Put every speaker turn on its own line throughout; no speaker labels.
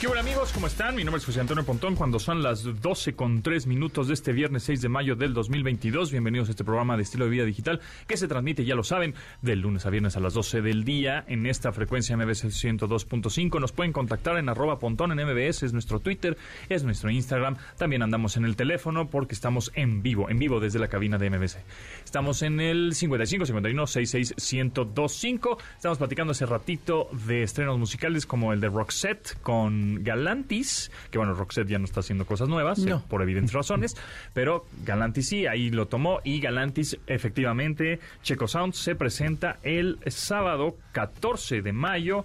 ¿Qué hola amigos? ¿Cómo están? Mi nombre es José Antonio Pontón. Cuando son las 12 con 3 minutos de este viernes 6 de mayo del 2022, bienvenidos a este programa de estilo de vida digital que se transmite, ya lo saben, de lunes a viernes a las 12 del día en esta frecuencia MBS 102.5. Nos pueden contactar en arroba Pontón en MBS, es nuestro Twitter, es nuestro Instagram. También andamos en el teléfono porque estamos en vivo, en vivo desde la cabina de MBS. Estamos en el 55 51 66 1025. Estamos platicando hace ratito de estrenos musicales como el de Roxette con Galantis, que bueno, Roxette ya no está haciendo cosas nuevas,
No.
eh, por evidentes razones, pero Galantis sí, ahí lo tomó y Galantis efectivamente, Checo Sound se presenta el sábado 14 de mayo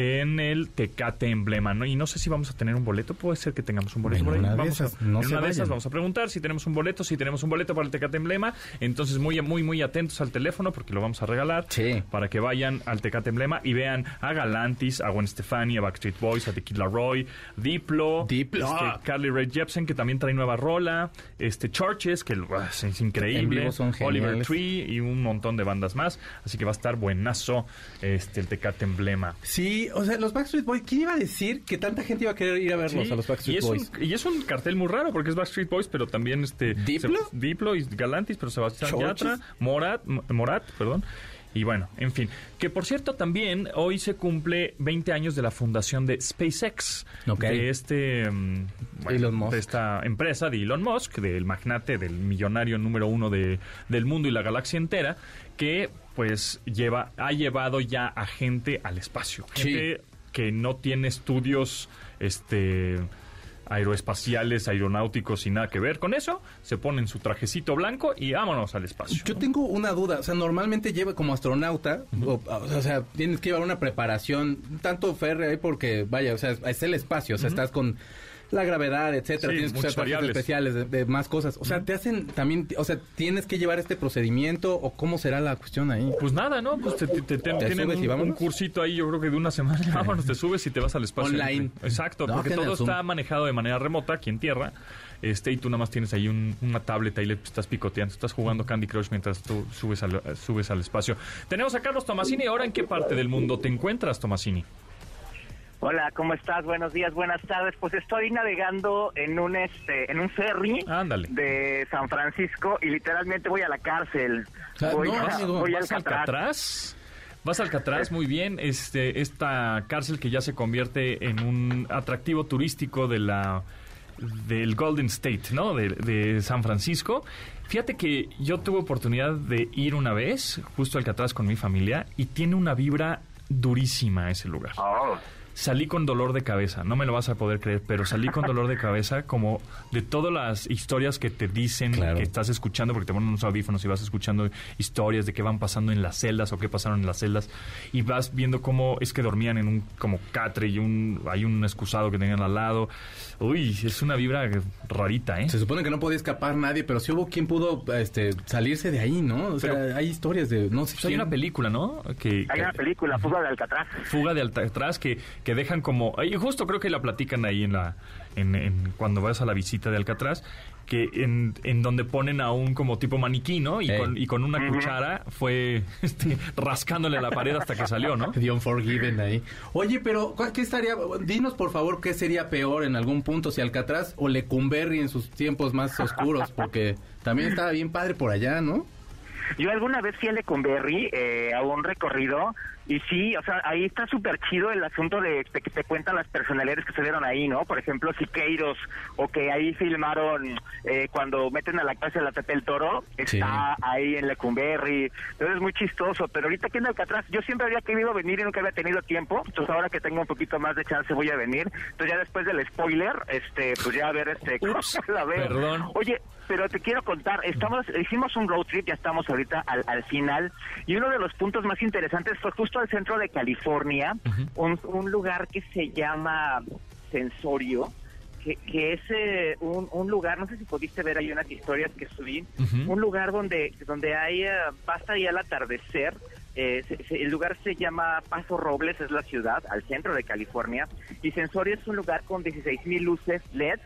en el Tecate Emblema, ¿no? Y no sé si vamos a tener un boleto, puede ser que tengamos un boleto
En
por ahí.
una de
vamos a-
esas, no
en
se
una de
vayan.
esas vamos a preguntar si tenemos un boleto, si tenemos un boleto para el Tecate Emblema, entonces muy muy muy atentos al teléfono porque lo vamos a regalar
Sí.
para que vayan al Tecate Emblema y vean a Galantis, a Gwen Stefani, a Backstreet Boys, a Tequila Roy, Diplo,
Diplo. Ah.
este, Carly Rae Jepsen, que también trae nueva rola, este Churches, que uah, es, es
En
increíble,
vivo son
Oliver
geniales.
Tree y un montón de bandas más, así que va a estar buenazo este el Tecate Emblema.
Sí, o sea, los Backstreet Boys, ¿quién iba a decir que tanta gente iba a querer ir a verlos
Sí,
a los
y
Backstreet
es
Boys?
Un, y es un cartel muy raro porque es Backstreet Boys, pero también este
¿Diplo?
se- Diplo y Galantis, pero Sebastián
Chorches.
Yatra, Morat, M- Morat, perdón. Y bueno, en fin, que por cierto también hoy se cumple 20 años de la fundación de SpaceX,
Ok.
de este mm,
Elon Musk.
de esta empresa de Elon Musk, del magnate, del millonario número uno de, del mundo y la galaxia entera, que pues lleva, ha llevado ya a gente al espacio, gente que no tiene estudios este aeroespaciales, aeronáuticos y nada que ver con eso, se ponen su trajecito blanco y vámonos al espacio.
Yo
¿no?
tengo una duda, o sea, normalmente lleva como astronauta, o, o sea, tienes que llevar una preparación tanto férrea ahí porque, vaya, o sea, es el espacio, o sea, estás con la gravedad, etcétera,
Sí,
tienes que
muchas
usar trajes
variables.
especiales, de, de más cosas, o sea, te hacen también, o sea, tienes que llevar este procedimiento o cómo será la cuestión ahí.
Pues nada, ¿no? Pues te, te- te- te-
¿Te
tienen
subes y
un,
vámonos?
un cursito ahí, yo creo que de una semana. Vámonos, te subes y te vas al espacio.
Online.
Exacto,
No,
porque
que en
todo
el Zoom.
está manejado de manera remota aquí en tierra. Este, y tú nada más tienes ahí un- una tableta y le estás picoteando, estás jugando Candy Crush mientras tú subes al, subes al espacio. Tenemos a Carlos Tomasini. Ahora, ¿en qué parte del mundo te encuentras, Tomasini?
Hola, ¿cómo estás? Buenos días, buenas tardes. Pues estoy navegando en un este en un ferry
Ándale.
de San Francisco y literalmente voy a la cárcel.
Ah,
voy
no,
a,
amigo,
voy a
¿Vas a
Alcatraz.
Alcatraz? Vas a Alcatraz, muy bien. Este, esta cárcel que ya se convierte en un atractivo turístico de la del Golden State, ¿no? De, de San Francisco. Fíjate que yo tuve oportunidad de ir una vez justo a Alcatraz con mi familia y tiene una vibra durísima ese lugar.
Oh,
Salí con dolor de cabeza, no me lo vas a poder creer, pero salí con dolor de cabeza como de todas las historias que te dicen
Claro.
que estás escuchando, porque te ponen unos audífonos y vas escuchando historias de qué van pasando en las celdas o qué pasaron en las celdas, y vas viendo cómo es que dormían en un como catre y un, hay un excusado que tenían al lado. Uy, es una vibra rarita, ¿eh?
Se supone que no podía escapar nadie, pero sí hubo quien pudo este, salirse de ahí, ¿no? O sea,
Pero-
hay historias de... No sé
Pues Hay una
quién-
película, ¿no? Que,
hay
que-
una película, Fuga de Alcatraz.
fuga de Alcatraz que, que dejan como y justo creo que la platican ahí en la en, en- cuando vas a la visita de Alcatraz que en, en donde ponen a un como tipo maniquí, ¿no? Y,
Ey.
con, y con una cuchara fue este, rascándole la pared hasta que salió, ¿no?
The Unforgiven ahí. Oye, pero ¿cuál- ¿qué estaría? Dinos por favor qué sería peor en algún punto, si Alcatraz o Lecumberri en sus tiempos más oscuros, porque también estaba bien padre por allá, ¿no?
Yo alguna vez fui a Lecumberri eh, a un recorrido y sí, o sea, ahí está súper chido el asunto de este, que te cuentan las personalidades que salieron ahí, ¿no? Por ejemplo, Siqueiros, o que ahí filmaron eh, cuando meten a la cárcel a Pepe el Toro, está ahí en Lecumberri. Entonces es muy chistoso, pero ahorita aquí en Alcatraz, yo siempre había querido venir y nunca había tenido tiempo, entonces ahora que tengo un poquito más de chance voy a venir. Entonces ya después del spoiler, este, pues ya a ver este, cómo
Ups,
la veo.
perdón.
Oye, pero te quiero contar, estamos, hicimos un road trip, ya estamos ahorita al, al final, y uno de los puntos más interesantes fue justo al centro de California, un, un lugar que se llama Sensorio, que, que es eh, un, un lugar, no sé si pudiste ver, hay unas historias que subí,
Ujú.
un lugar donde, donde hay, eh, pasa ahí al atardecer, eh, se- se- el lugar se llama Paso Robles, es la ciudad, al centro de California, y Sensorio es un lugar con 16.000 luces LED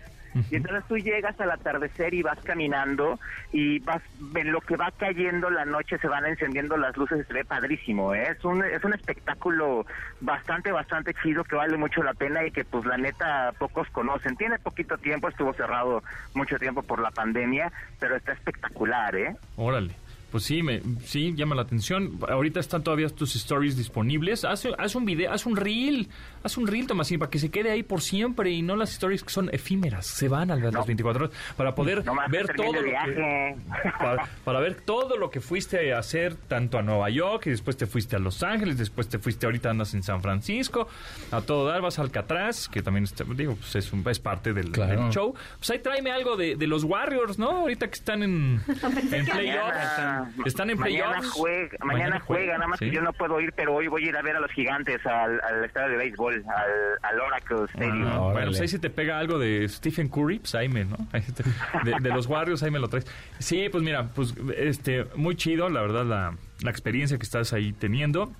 Y entonces tú llegas al atardecer y vas caminando y vas, en lo que va cayendo la noche se van encendiendo las luces, se ve padrísimo, ¿eh? es, un, es un espectáculo bastante, bastante chido que vale mucho la pena y que pues la neta pocos conocen. Tiene poquito tiempo, estuvo cerrado mucho tiempo por la pandemia, pero está espectacular, ¿eh?
Órale. Pues sí, me, sí, llama la atención. Ahorita están todavía tus stories disponibles. Haz, haz un video, haz un reel, haz un reel, Tomasín, para que se quede ahí por siempre y no las stories que son efímeras, se van a las
No.
24 horas para poder
Nomás
ver
termina
todo lo
el
que,
viaje.
para, para ver todo lo que fuiste a hacer tanto a Nueva York y después te fuiste a Los Ángeles, después te fuiste ahorita andas en San Francisco, a todo dar vas a Alcatraz, que también está- digo, pues es, un- es parte del,
Claro.
del show. Pues ahí tráeme algo de, de los Warriors, ¿no? Ahorita que están en, en playoffs.
Mañana-
Están, están en
mañana
playoffs.
juega- mañana, juega, nada más
sí.
que yo no puedo ir, pero hoy voy a ir a ver a los gigantes al, al estadio de béisbol, al, al Oracle Stadium.
Ah,
Órale.
bueno, pues ahí si te pega algo de Stephen Curry, pues ahí me, ¿no? Ahí te- de, de los Warriors, ahí me lo traes. Sí, pues mira, pues este, muy chido, la verdad, la, la experiencia que estás ahí teniendo.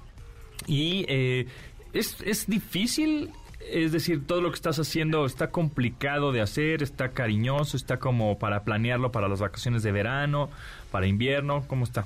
Y eh, es, es difícil, es decir, todo lo que estás haciendo está complicado de hacer, está cariñoso, está como para planearlo para las vacaciones de verano, para invierno, ¿cómo está?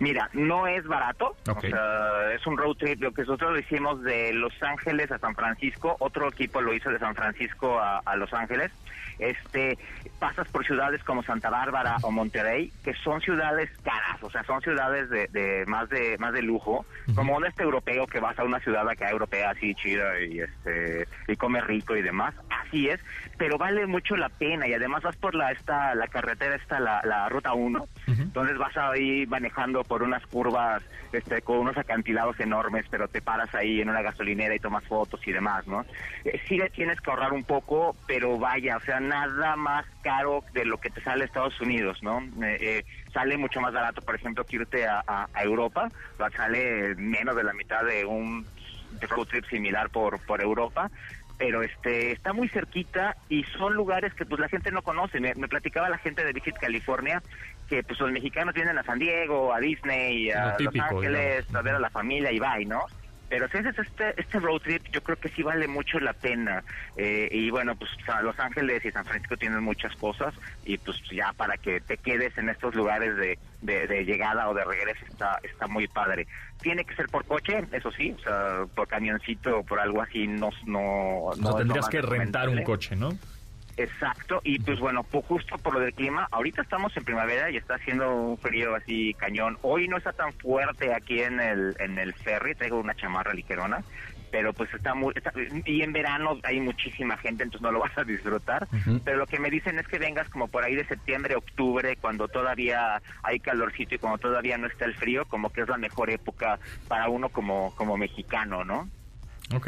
Mira, no es barato.
Ok.
O sea, es un road trip. Lo que nosotros lo hicimos de Los Ángeles a San Francisco, otro equipo lo hizo de San Francisco a, a Los Ángeles. Este, pasas por ciudades como Santa Bárbara o Monterrey, que son ciudades caras, o sea, son ciudades de, de más de más de lujo, como un este europeo que vas a una ciudad acá europea así chida y este y come rico y demás, así es, pero vale mucho la pena y además vas por la esta la carretera esta la, la ruta 1, entonces vas ahí manejando por unas curvas este, con unos acantilados enormes, pero te paras ahí en una gasolinera y tomas fotos y demás, ¿no? Eh, sí le tienes que ahorrar un poco, pero vaya, o sea, nada más caro de lo que te sale Estados Unidos, ¿no? Eh, eh, sale mucho más barato, por ejemplo, que irte a, a- a Europa, o sea, sale menos de la mitad de un road trip similar por, por Europa, pero este está muy cerquita y son lugares que pues la gente no conoce. Me, me platicaba la gente de Visit California que pues los mexicanos vienen a San Diego, a Disney, a
Lo típico,
Los Ángeles,
digamos.
a ver a la familia y bye, ¿no? Pero si haces este, este road trip, yo creo que sí vale mucho la pena. Eh, y bueno, pues Sa- Los Ángeles y San Francisco tienen muchas cosas y pues ya para que te quedes en estos lugares de, de, de llegada o de regreso está, está muy padre. Tiene que ser por coche, eso sí, o sea, por camioncito o por algo así, no... no,
O sea,
no es lo
tendrías
más
que rentar un
recomendable.
coche, ¿no?
Exacto, y pues bueno, po- justo por lo del clima, ahorita estamos en primavera y está haciendo un frío así cañón. Hoy no está tan fuerte aquí en el, en el ferry, traigo una chamarra ligerona, pero pues está muy... está- y en verano hay muchísima gente, entonces no lo vas a disfrutar, pero lo que me dicen es que vengas como por ahí de septiembre, octubre, cuando todavía hay calorcito y cuando todavía no está el frío, como que es la mejor época para uno como, como mexicano, ¿no?
Ok,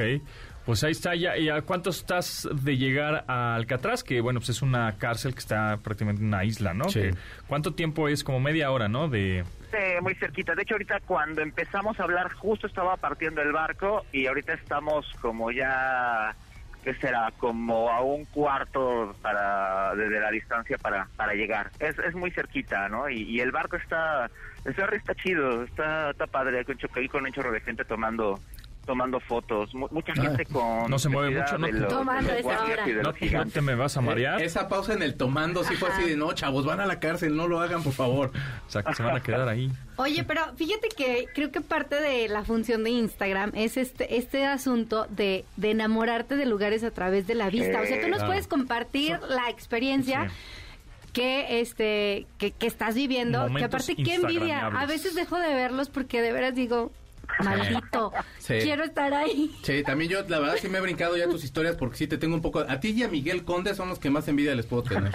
pues ahí está. Ya, ¿Y a cuánto estás de llegar a Alcatraz? Que bueno, pues es una cárcel que está prácticamente en una isla, ¿no?
Sí.
Que- ¿Cuánto tiempo es? Como media hora, ¿no? De...
Eh, muy cerquita. De hecho, ahorita cuando empezamos a hablar, justo estaba partiendo el barco y ahorita estamos como ya, ¿qué será? Como a un cuarto para desde la distancia para, para llegar. Es, es muy cerquita, ¿no? Y, y el barco está, el ferry está chido, está, está padre, con, cho- ahí con un chorro de gente tomando tomando fotos, Mu- mucha
Ah,
gente con...
no se mueve
necesidad
mucho, no
de
te-
los- de los
Tomando esa
guardias
hora.
y de
No,
los
te- no
gigantes.
te me vas a marear.
Eh, Esa pausa en el tomando sí fue así de, no, chavos, van a la cárcel, no lo hagan, por favor.
O sea, que se van a quedar ahí.
Oye, pero fíjate que creo que parte de la función de Instagram es este este asunto de, de enamorarte de lugares a través de la vista. O sea, tú nos
Claro.
puedes compartir la experiencia que este que, que estás viviendo. que
Momentos
aparte, qué envidia. A
instagramables.
veces dejo de verlos porque de veras digo, maldito,
Sí.
quiero estar ahí.
Sí, también yo, la verdad, sí me he brincado ya tus historias porque sí te tengo un poco... A ti y a Miguel Conde son los que más envidia les puedo tener.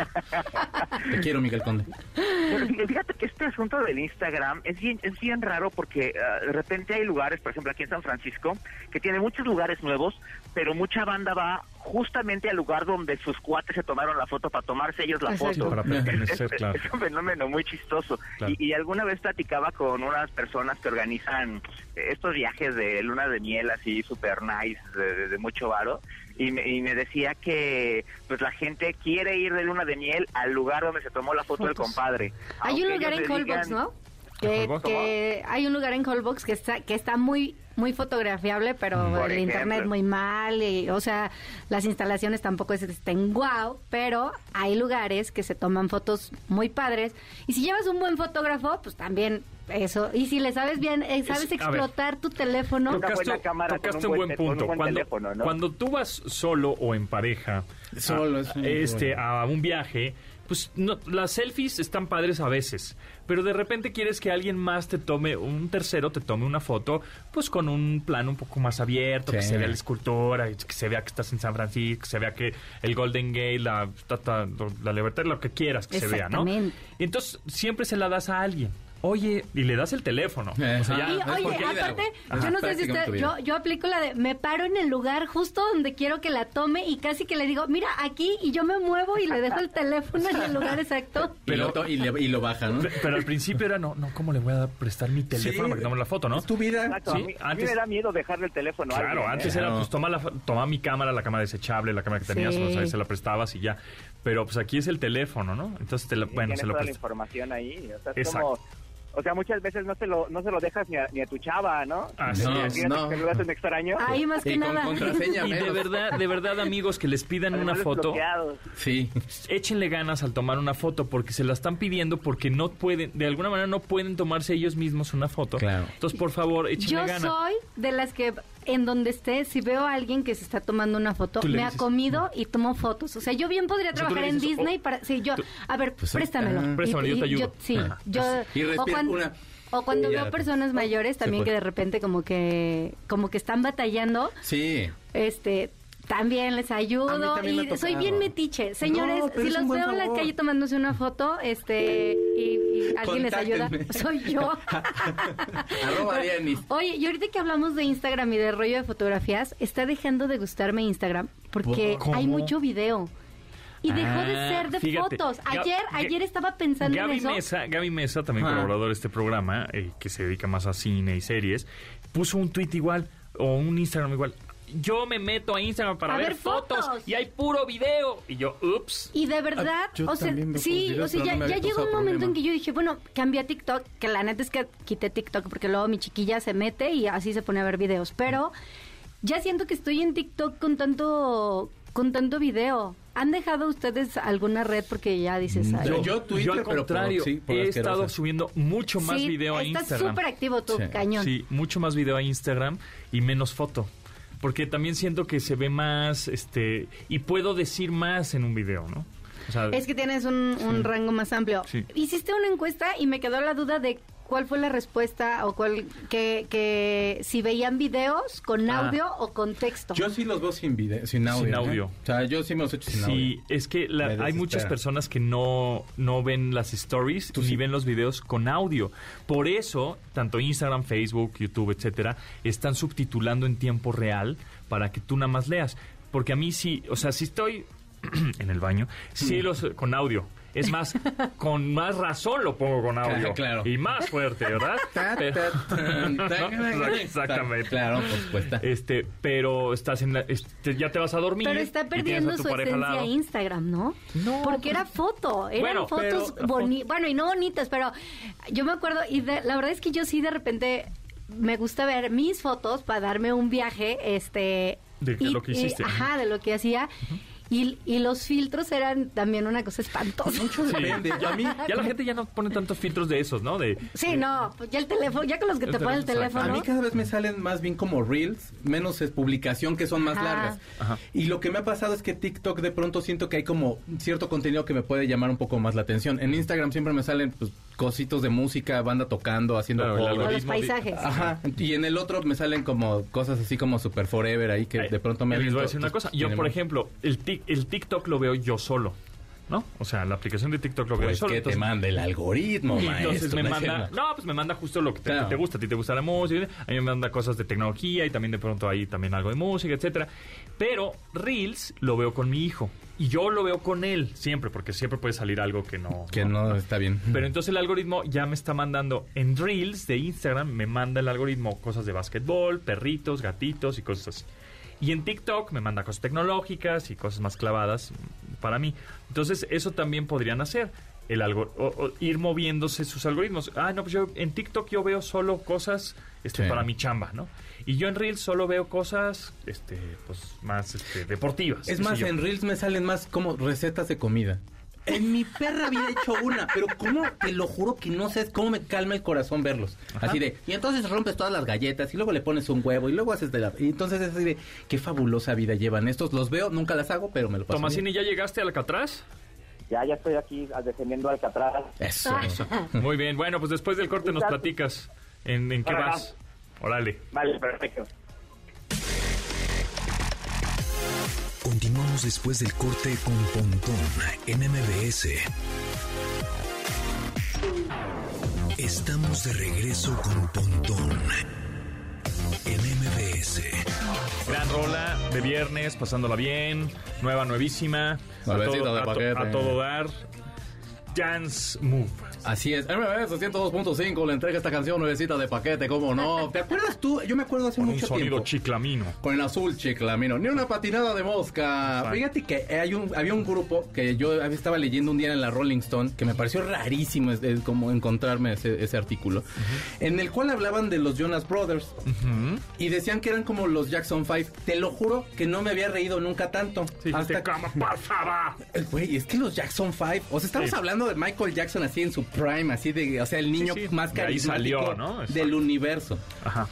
Te quiero, Miguel Conde.
Pero fí- Fíjate que este asunto del Instagram es bien, es bien raro porque ah, de repente hay lugares, por ejemplo aquí en San Francisco, que tiene muchos lugares nuevos, pero mucha banda va justamente al lugar donde sus cuates se tomaron la foto para tomarse ellos la
Exacto.
Sí,
foto.
para pertenecer, claro.
Este, Es un fenómeno muy chistoso.
Claro.
Y, y alguna vez platicaba con unas personas que organizan eh, estos viajes de luna de miel así super nice, de, de- de mucho varo, y me, y me decía que pues la gente quiere ir de luna de miel al lugar donde se tomó la foto del
Fotos.
compadre.
Hay
Aunque
un lugar
ellos
en
le
Holbox,
digan-
¿no? que,
Holbox?
que hay un lugar en Holbox que está que está muy muy fotografiable, pero
Mm.
Por
el internet
ejemplo.
muy mal, y, o sea, las instalaciones tampoco es que estén guau, pero hay lugares que se toman fotos muy padres y si llevas un buen fotógrafo, pues también eso y si le sabes bien, eh,
a
sabes
ver.
explotar tu teléfono.
Una buena cámara con
tocaste
un
un buen
buen te- con un
punto.
buen
cuando,
teléfono, ¿no?
cuando tú vas solo o en pareja
Solo,
a,
es muy
este,
bueno.
a un viaje, pues no, las selfies están padres a veces, pero de repente quieres que alguien más te tome, un tercero te tome una foto, pues con un plan un poco más abierto, que
Sí.
se vea la escultura, que se vea que estás en San Francisco, que se vea que el Golden Gate, la, Estatua- la libertad, lo que quieras que se vea, ¿no?
Exactamente.
Entonces siempre se la das a alguien. Oye, y le das el teléfono. O sea, ya-
Y,
Ah, es
oye,
porquería,
aparte,
güey.
yo
Ajá.
no sé si
Prácticamente
usted,
tu vida.
yo, yo aplico la de me paro en el lugar justo donde quiero que la tome y casi que le digo, mira, aquí y yo me muevo y le dejo el teléfono en el lugar exacto.
Y lo to- y, le- y lo baja, ¿no?
Pe- Pero al principio era, no, no, ¿cómo le voy a dar- prestar mi teléfono
Sí.
para que tome la foto, no?
Es tu vida.
Exacto,
Sí,
a, mí, a mí
antes-
me da miedo dejarle el teléfono a
Claro,
alguien,
antes
¿eh?
era,
Claro.
pues toma, la, toma mi cámara, la cámara desechable, la cámara que tenías,
Sí.
o sea, se la prestabas y ya. Pero pues aquí es el teléfono, ¿no? Entonces, te la- bueno,
Tienes
se lo
toda la
prestas.
información ahí. O sea, es
Exacto.
como- o sea, muchas veces no se lo, no se lo dejas ni a, ni a tu chava, ¿no?
Así
No,
es.
Fíjate
no.
que saludas a un extraño.
Ahí más que
Y con
nada.
contraseña
Y de
menos.
verdad, de verdad, amigos, que les pidan
Además,
una foto,
desbloqueados.
Sí.
échenle ganas al tomar una foto, porque se la están pidiendo, porque no pueden, de alguna manera no pueden tomarse ellos mismos una foto.
Claro.
Entonces, por favor, échenle
Yo
ganas.
soy de las que en donde esté, si veo a alguien que se está tomando una foto,
Tú le
me ha
dices,
comido y tomo fotos. O sea, yo bien podría
sea, tú le
trabajar en
dices,
Disney
oh,
para... Sí, yo...
tú-
a ver,
Pues,
préstamelo.
ah,
préstamelo, yo te ayudo.
sí,
Ah,
yo...
y respira
cuan-
una.
o cuando
Y ya Oh,
veo
la-
personas mayores
Se
también
fue.
que de repente como que como que están batallando,
Sí.
este también les
A mí
ayudo
también me ha
y
tocado.
soy bien metiche. Señores,
No, pero
si
es
los
un buen
veo en la
favor.
calle tomándose una foto, este y, y alguien les ayuda,
Contáctenme.
soy yo.
Arroba Dianis.
Oye, y ahorita que hablamos de Instagram y de rollo de fotografías, está dejando de gustarme Instagram porque
¿Cómo?
hay mucho video. Y dejó
Ah,
de ser de
fíjate.
fotos.
Ga-
Ayer,
Ga-
ayer estaba pensando en
Gaby
eso.
Mesa, Gaby Mesa, también
Ajá.
colaborador de este programa, eh, que se dedica más a cine y series, puso un tweet igual o un Instagram igual. Yo me meto a Instagram para
A
ver,
ver
fotos,
fotos.
y hay puro video. Y yo, ups.
Y de verdad,
Ah, yo
o sea,
también veo puros
sí,
videos,
o sea,
pero
ya,
no me
ya
había
llegó un
causado
momento en
problema.
que yo dije, bueno, cambié a TikTok, que la neta es que quité TikTok porque luego mi chiquilla se mete y así se pone a ver videos, pero ya siento que estoy en TikTok con tanto con tanto video. ¿Han dejado ustedes alguna red porque ya dices, ay,
Yo- Twitter,
al
pero por-
contrario,
sí, por
he
asquerosa.
estado subiendo mucho más
sí,
video a
estás
Instagram.
súper activo tú,
Sí.
cañón.
Sí, mucho más video a Instagram y menos foto. Porque también siento que se ve más, este, y puedo decir más en un video, ¿no? O sea,
Es que tienes un, un rango más amplio.
Sí.
Hiciste una encuesta y me quedó la duda de cuál fue la respuesta o cuál que, que si veían videos con
Ah.
audio o con texto.
Yo sí los veo sin video, sin audio.
Sin
¿eh?
audio.
O sea, yo sí me los he hecho sin
Sí,
audio.
es que la-
Me
hay
desespera.
muchas personas que no, no ven las stories
Tú
ni
sí.
ven los videos con audio. Por eso, tanto Instagram, Facebook, YouTube, etcétera, están subtitulando en tiempo real para que tú nada más leas. Porque a mí sí, o sea, si estoy en el baño, sí los con audio. Es más, con más razón lo pongo con audio.
Claro, claro.
Y más fuerte, ¿verdad?
Ta,
Pero-
ta, tan,
No,
tan.
exactamente.
Claro, por supuesto.
este, pero estás en la, este, ya te vas a dormir.
Pero está
y tienes a
perdiendo
tu
su
pareja al
esencia
lado.
Instagram, ¿no?
No,
Porque era foto, eran
Bueno, pero-
fotos bonitas, bueno, y no bonitas, pero yo me acuerdo, y de- la verdad es que yo sí de repente me gusta ver mis fotos para darme un viaje, este...
De que lo que hiciste.
ajá, de lo que hacía. Y, y los filtros eran también una cosa espantosa.
Mucho depende. Yo a mí,
Ya la gente ya no pone tantos filtros de esos, ¿no? De
Sí, no, pues ya el teléfono, ya con los que
El
te pone el
teléfono,
a
teléfono.
mí cada vez me salen más bien como reels, menos es publicación que son más
Ah.
largas.
Ajá.
Y lo que me ha pasado es que TikTok de pronto siento que hay como cierto contenido que me puede llamar un poco más la atención. En Instagram siempre me salen pues, cositos de música, banda tocando, haciendo
Claro, el
covers.
O los
algoritmo de-
paisajes.
Ajá, y en el otro me salen como cosas así como Super Forever ahí que
Ay,
de pronto me...
les voy a
aviento. pues,
decir una cosa. Yo,
Tiene
por
más-
ejemplo, el, tic- el TikTok lo veo yo solo, ¿no? O sea, la aplicación de TikTok lo veo yo
Pues
solo.
que te
entonces-
manda el algoritmo,
y
maestro.
entonces me
¿no es
manda,
cierto?
no, pues me manda justo lo que te,
Claro.
te gusta, a ti te gusta la música, a mí me manda cosas de tecnología y también de pronto ahí también algo de música, etcétera. Pero Reels lo veo con mi hijo y yo lo veo con él siempre, porque siempre puede salir algo que no
Que no está bien.
Pero entonces el algoritmo ya me está mandando en Reels de Instagram, me manda el algoritmo cosas de básquetbol, perritos, gatitos y cosas así. Y en TikTok me manda cosas tecnológicas y cosas más clavadas mm, para mí. Entonces eso también podrían hacer. el algo- o- o ir moviéndose sus algoritmos. Ah, no, pues yo en TikTok yo veo solo cosas este,
Sí.
para mi chamba, ¿no? Y yo en Reels solo veo cosas este, pues, más este, deportivas.
Es
qué sé
más,
yo.
en Reels me salen más como recetas de comida. En mi perra había hecho una, pero ¿cómo? Te lo juro que no sé cómo me calma el corazón verlos. Así de, y entonces rompes todas las galletas y luego le pones un huevo y luego haces de la... Y entonces es así de, qué fabulosa vida llevan estos. Los veo, nunca las hago, pero me lo paso
Tomasini, ¿ya llegaste al Alcatraz?
Ya, ya estoy aquí ah, defendiendo a Alcatraz.
bien. Eso, eso.
Muy bien, bueno, pues después del corte nos
Exacto.
platicas en, en qué
Órale.
vas. Órale.
Vale, perfecto.
Continuamos después del corte con Pontón en MBS. Estamos de regreso con Pontón en MBS.
Gran rola de viernes, pasándola bien, nueva, nuevísima, a
Nuevecita
todo,
de
a to-
paquete.
a todo dar. Dance Move.
Así es, MBS 102.5 le entrega esta canción nuevecita de paquete, ¿cómo no? ¿Te acuerdas tú? Yo me acuerdo hace
Con un
mucho
sonido
tiempo.
chiclamino.
Con el azul chiclamino, ni una patinada de mosca.
Exacto.
Fíjate que hay un, había un grupo que yo estaba leyendo un día en la Rolling Stone, que me pareció rarísimo es- es como encontrarme ese, ese artículo, en el cual hablaban de los Jonas Brothers y decían que eran como los Jackson Five. Te lo juro que no me había reído nunca tanto.
Sí,
hasta
Hasta cama pasaba.
Eh, Güey, es que los Jackson Five, o sea, estamos
Sí.
hablando de Michael Jackson así en su prime, así de, o sea, el niño
sí.
más
De ahí
carismático
salió, ¿no? Exacto.
del universo.
Ajá.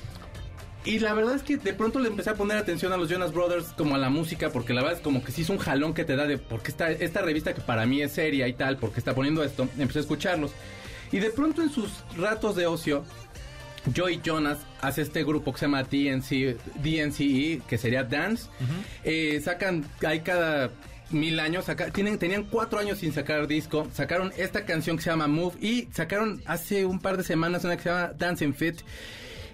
Y la verdad es que de pronto le empecé a poner atención a los Jonas Brothers como a la música, porque la verdad es como que sí es un jalón que te da de porque esta, esta revista que para mí es seria y tal, porque está poniendo esto, empecé a escucharlos. Y de pronto en sus ratos de ocio, Joy Jonas hace este grupo que se llama DNC, DNCE, E, que sería Dance. Eh, sacan, hay cada mil años, saca- tienen, tenían cuatro años sin sacar disco. Sacaron esta canción que se llama Move y sacaron hace un par de semanas una que se llama Dancing Fit.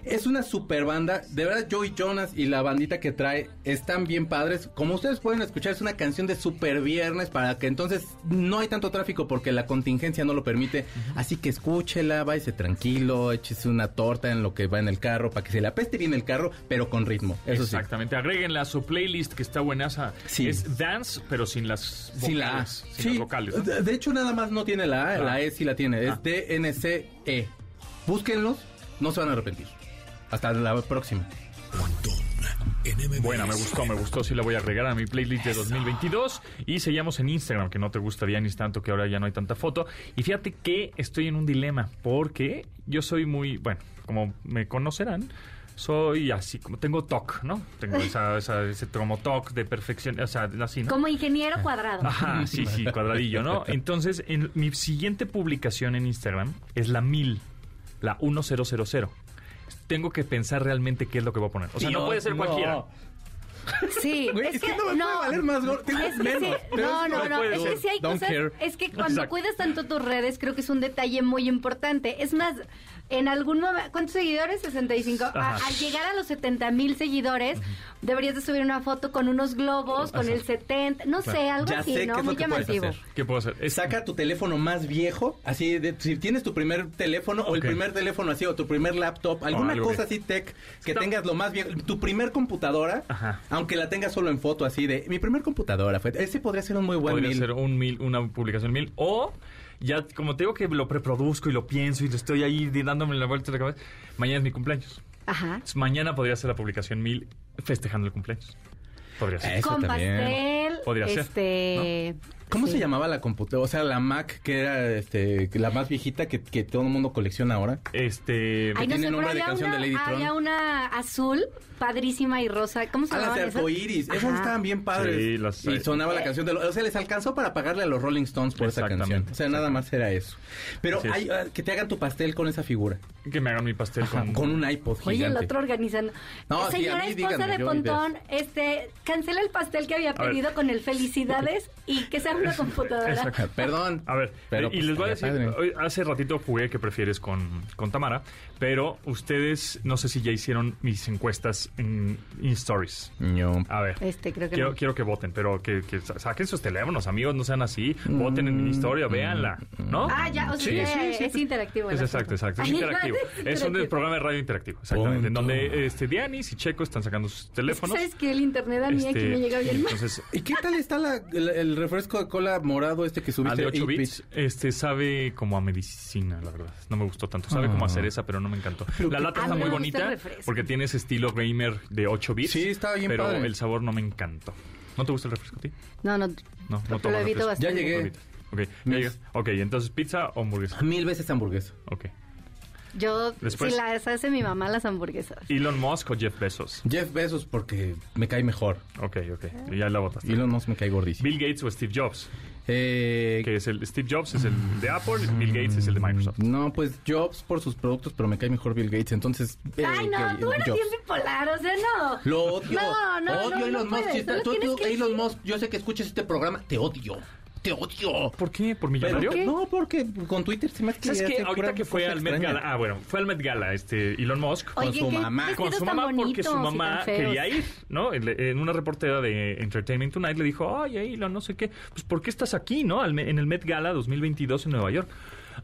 Es una super banda. De verdad, Joey Jonas y la bandita que trae están bien padres. Como ustedes pueden escuchar, es una canción de super viernes para que entonces no hay tanto tráfico porque la contingencia no lo permite. Así que escúchela, váyase tranquilo, échese una torta en lo que va en el carro para que se le apeste bien el carro, pero con ritmo. Eso sí.
Exactamente. Agréguenla a su playlist que está buenaza.
Sí.
Es dance, pero sin las vocales.
Sí, la A.
Sin las vocales. ¿no?
De de hecho, nada más no tiene la A, la E sí la tiene.
Ah.
Es D-N-C-E. E. Búsquenlos, no se van a arrepentir. Hasta la próxima.
Pontón en MBS.
Buena, me gustó, me gustó. Sí, la voy a agregar a mi playlist de 2022. Y seguimos en Instagram, que no te gusta, Dianis, tanto que ahora ya no hay tanta foto. Y fíjate que estoy en un dilema, porque yo soy muy, bueno, como me conocerán, soy así, como tengo TOC, ¿no? Tengo esa, esa- ese como TOC de perfección, o sea, así, ¿no?
Como ingeniero cuadrado.
Ajá, sí, sí, cuadradillo, ¿no? Entonces, en mi siguiente publicación en Instagram es la 1000, la 1000. Tengo que pensar realmente qué es lo que voy a poner. O sea, no
Dios,
puede ser cualquiera.
Sí,
Güey, es que no me puede valer más gordo, tengo
es que
menos,
sí,
pero
no,
es-
no,
no
no,
puede
es que
ser.
sí hay
Don't
cosas,
care.
es que cuando
Exacto.
cuidas tanto tus redes, creo que es un detalle muy importante. Es más, en algún momento, ¿cuántos seguidores? 65. A-
Ajá.
al llegar a los 70 mil seguidores, deberías de subir una foto con unos globos, con el 70, no sé, algo
Ya
así,
sé qué
¿no?
es lo
Muy
que puedes
llamativo.
hacer.
¿Qué puedo hacer? Es-
Saca tu teléfono más viejo, así de, si tienes tu primer teléfono o el
Ok.
primer teléfono así o tu primer laptop, alguna
algo
cosa
que-
así tech que
No.
tengas lo más viejo, tu primer computadora,
Ajá.
aunque la tengas solo en foto así de mi primer computadora fue, ese podría ser un muy buen
podría
mil.
ser un mil, una publicación mil. O ya, como te digo que lo preproduzco y lo pienso y lo estoy ahí de- dándome la vuelta de la cabeza, mañana es mi cumpleaños.
Ajá.
Entonces, mañana podría ser la publicación mil festejando el cumpleaños. Podría ser.
Eso
con
también.
pastel,
Podría ser,
este...
¿Cómo
sí.
se llamaba la computadora? O sea, la Mac que era este la más viejita que, que todo el mundo colecciona ahora.
Este.
Ay, no
tiene
sé, pero
nombre de
había
canción
una,
de Lady
había
Tron.
una azul padrísima y rosa. ¿Cómo se
A las
llamaba?
Ah, de arcoiris, esas estaban bien padres.
Sí, las-
y sonaba la canción de los. O sea, les alcanzó para pagarle a los Rolling Stones por esa
Exactamente,
canción. O sea, nada más era eso. Pero
Así es.
hay, ah, que te hagan tu pastel con esa figura.
Que me hagan mi pastel
Ajá,
con,
Con, un iPod
Oye,
gigante.
el otro organizando.
No, sí,
Señora
a mí
esposa
díganme,
de
yo
Pontón, este, cancela el pastel que había
A ver.
pedido con el felicidades y que sea una computadora.
Exacto.
Perdón.
A ver,
Pero,
eh, y
pues,
les voy a decir,
estaría padre.
hoy- hace ratito jugué que prefieres con, con Tamara, pero ustedes no sé si ya hicieron mis encuestas en, en Stories.
No.
A ver.
Este, creo que
Quiero,
no.
quiero que voten, pero que, que sa- saquen sus teléfonos, amigos, no sean así.
Mm,
Voten en mi historia, véanla, ¿no?
Ah, ya, o sea, ya, es interactivo. el
Es exacto,
asunto.
exacto, es
Ay,
interactivo.
interactivo.
Es un de- programa de radio interactivo, exactamente. En
Punto.
donde este, Dianis y Checo están sacando sus
Es que
teléfonos.
¿Sabes que El internet a mí
Este,
aquí me llega bien mal.
Entonces,
¿Y qué tal está la- el, el refresco Coca-Cola morado este que
Al
subiste?
de 8
8
bits, este sabe como a medicina, la verdad. No me gustó tanto. Sabe como a
Ah.
cereza, pero no me encantó. La lata
A
está
mí
muy
me gusta el
bonita
Ah, refresco.
porque tiene ese estilo gamer de 8 bits.
Sí, está bien
Pero
padre.
el sabor no me encantó. ¿No te gusta el refresco a ti?
No, no.
No, no
Lo
tomas
evito
refresco.
bastante.
Ya llegué.
Lo evitas. Ok, ya
Mis-
llegas. Ok, entonces pizza o hamburguesa.
Mil veces hamburguesa.
Ok.
Yo,
Después.
si las hace mi mamá, las hamburguesas.
Elon Musk o Jeff Bezos.
Jeff Bezos porque me cae mejor.
Ok, ok. Ya la votaste.
Elon Musk me cae gordísimo.
Bill Gates o Steve Jobs.
Eh,
Que es el Steve Jobs es el de Apple, Bill Gates es el de Microsoft.
no, pues Jobs por sus productos, pero me cae mejor Bill Gates. Entonces, eh,
Ay, no,
que-
tú eres
Jobs.
bien bipolar, o sea, no.
Lo odio.
No, no,
odio
no,
a Elon
no
Musk.
puedes,
Si está-
no
tú-
tienes
tú,
que
Elon
decir.
Musk, yo sé que escuchas este programa, te odio. Te odio.
¿Por qué? ¿Por
Pero-
millonario?
No, porque con Twitter se me hace
¿Sabes qué?
hace
Ahorita
pura
que fue
cosa
al Met
extraña.
Gala. Ah, bueno, fue al Met Gala este Elon Musk.
Con
Oye,
su
¿qué
mamá.
vestidos
con su
tan
mamá porque
bonitos
su
y tan
mamá
feos?
quería ir, ¿no? El- En una reportera de Entertainment Tonight le dijo, oye, Elon, no sé qué, pues ¿por qué estás aquí, no? Al me- En el Met Gala 2022 en Nueva York.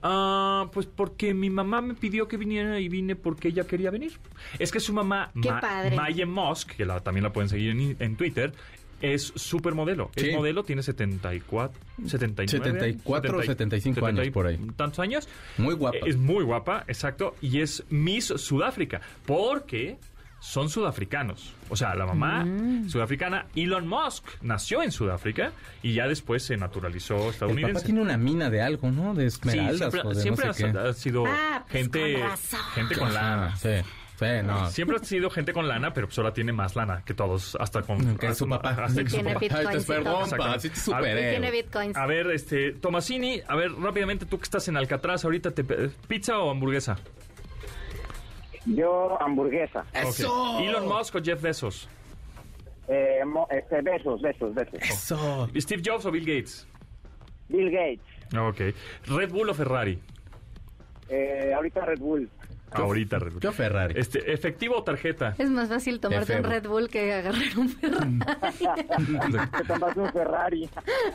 Ah, pues porque mi mamá me pidió que viniera y vine porque ella quería venir. Es que su mamá,
Qué padre.
Maya Musk, que la- también la pueden seguir en, en Twitter, es supermodelo.
Sí.
Es modelo, tiene 74, 79,
74, 75 años, por ahí.
Tantos años.
Muy guapa.
Es muy guapa, exacto. Y es Miss Sudáfrica. Porque son sudafricanos. O sea, la mamá
Mm.
sudafricana, Elon Musk, nació en Sudáfrica y ya después se naturalizó
El papá
estadounidense.
tiene una mina de algo, ¿no? De
Sí,
esmeraldas
siempre,
o de
siempre
no sé
ha, ha sido
Ah, pues,
gente,
con razón.
gente
qué.
con lana.
Ah, sí. Sí, no.
Siempre ha sido gente con lana, pero pues ahora tiene más lana que todos, hasta con...
Mm, Que su papá.
Hasta Ah, que su
Tiene
papá.
Bitcoin,
Ay, te
sí,
perdón,
todo.
pa, sí te
Que
superé.
tiene bitcoins.
A ver, este, Tomasini, a ver, rápidamente, tú que estás en Alcatraz, ahorita te... pe- ¿Pizza o hamburguesa?
Yo, hamburguesa.
¡Eso!
Ok. Elon Musk o Jeff Bezos.
Eh, mo- este, besos, besos, besos.
¡Eso!
Steve Jobs o Bill Gates.
Bill Gates.
Ah, Ok. Red Bull o Ferrari.
Eh, ahorita Red Bull.
Ahorita Red Bull.
Yo Ferrari.
Este, efectivo o tarjeta.
Es más fácil tomarte
F1.
un Red Bull que agarrar un Ferrari.
Te tomas un Ferrari.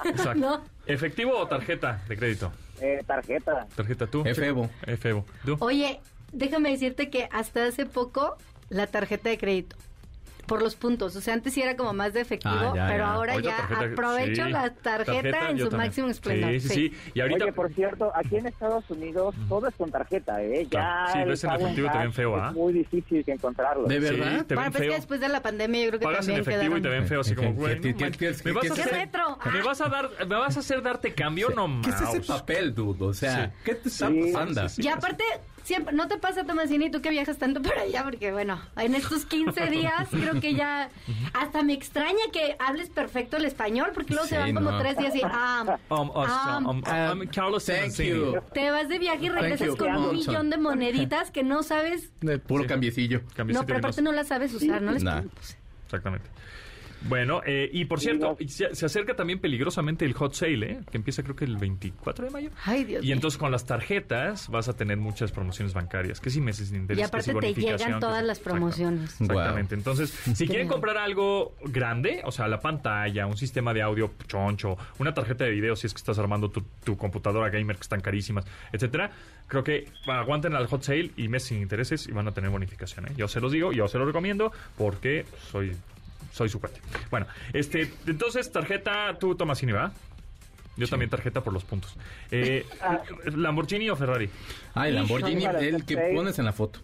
Exacto.
No.
Efectivo o tarjeta de crédito.
Eh, tarjeta.
Tarjeta tú.
Efebo.
Efebo. Tú.
Oye, déjame decirte que hasta hace poco la tarjeta de crédito por los puntos, o sea, antes sí era como más de efectivo,
Ah, ya,
pero
ya.
ahora
Ahorita
ya
tarjeta-
aprovecho
sí.
la tarjeta, en
yo
su
también.
máximo esplendor.
Sí, sí, sí. Y ahorita.
Oye, por cierto, aquí en Estados Unidos todo es con tarjeta, ¿eh? Ya
Claro. Sí,
el
ves en
pago
efectivo
cash
también feo, ¿ah?
Es muy difícil que encontrarlo.
¿De
sí,
verdad?
Ah, te
Bueno,
ven
pues que
feo.
después de la pandemia yo creo que
Pagas en
también
efectivo y te
quedaron-
ven feo, así como, güey, no
¿Qué- qué-
manches.
qué- qué-
¿Me vas
qué
a
es
¡Qué
hacer-
retro!
¿Me vas a dar, me vas a hacer darte cambio? No,
¿Qué es ese
mames.
papel, dude? O sea,
Sí.
¿qué te está
Sí.
pasando?
Y aparte, siempre, no te pasa, Tomasini, tú que viajas tanto para allá, porque bueno, en estos 15 días creo que ya hasta me extraña que hables perfecto el español, porque luego se
Sí,
van como
no.
tres días y ah,
Um, oh, so,
Um,
um, um, I'm Carlos
Thank
Simoncini.
you.
te vas de viaje y
Thank
regresas
you,
con un
Monson.
millón de moneditas que no sabes,
De Puro
Sí.
cambiecillo.
Cambiecito
no, pero
de
aparte no las sabes usar, no les
Nah.
Exactamente. Bueno, eh, y por
Sí,
cierto,
no.
se, se acerca también peligrosamente el hot sale, ¿eh? que empieza creo que el 24 de mayo.
Ay, Dios
Y
mío.
entonces con las tarjetas vas a tener muchas promociones bancarias, que sí meses de interés.
Y
que
aparte
sí
te
bonificación,
llegan
que
todas
sí-
las
Exacto.
promociones.
Exactamente. Entonces, si quieren
miedo.
comprar algo grande, o sea, la pantalla, un sistema de audio choncho, una tarjeta de video si es que estás armando tu, tu computadora gamer que están carísimas, etcétera, creo que aguanten al hot sale y meses sin intereses y van a tener bonificación. ¿eh? Yo se los digo, yo se los recomiendo porque soy soy su cuate. Bueno, este, entonces tarjeta tú tomas cine, ¿va? Yo también tarjeta por los puntos. Eh, Lamborghini o Ferrari.
Ah, el Lamborghini,
Híjole.
el que pones en la foto.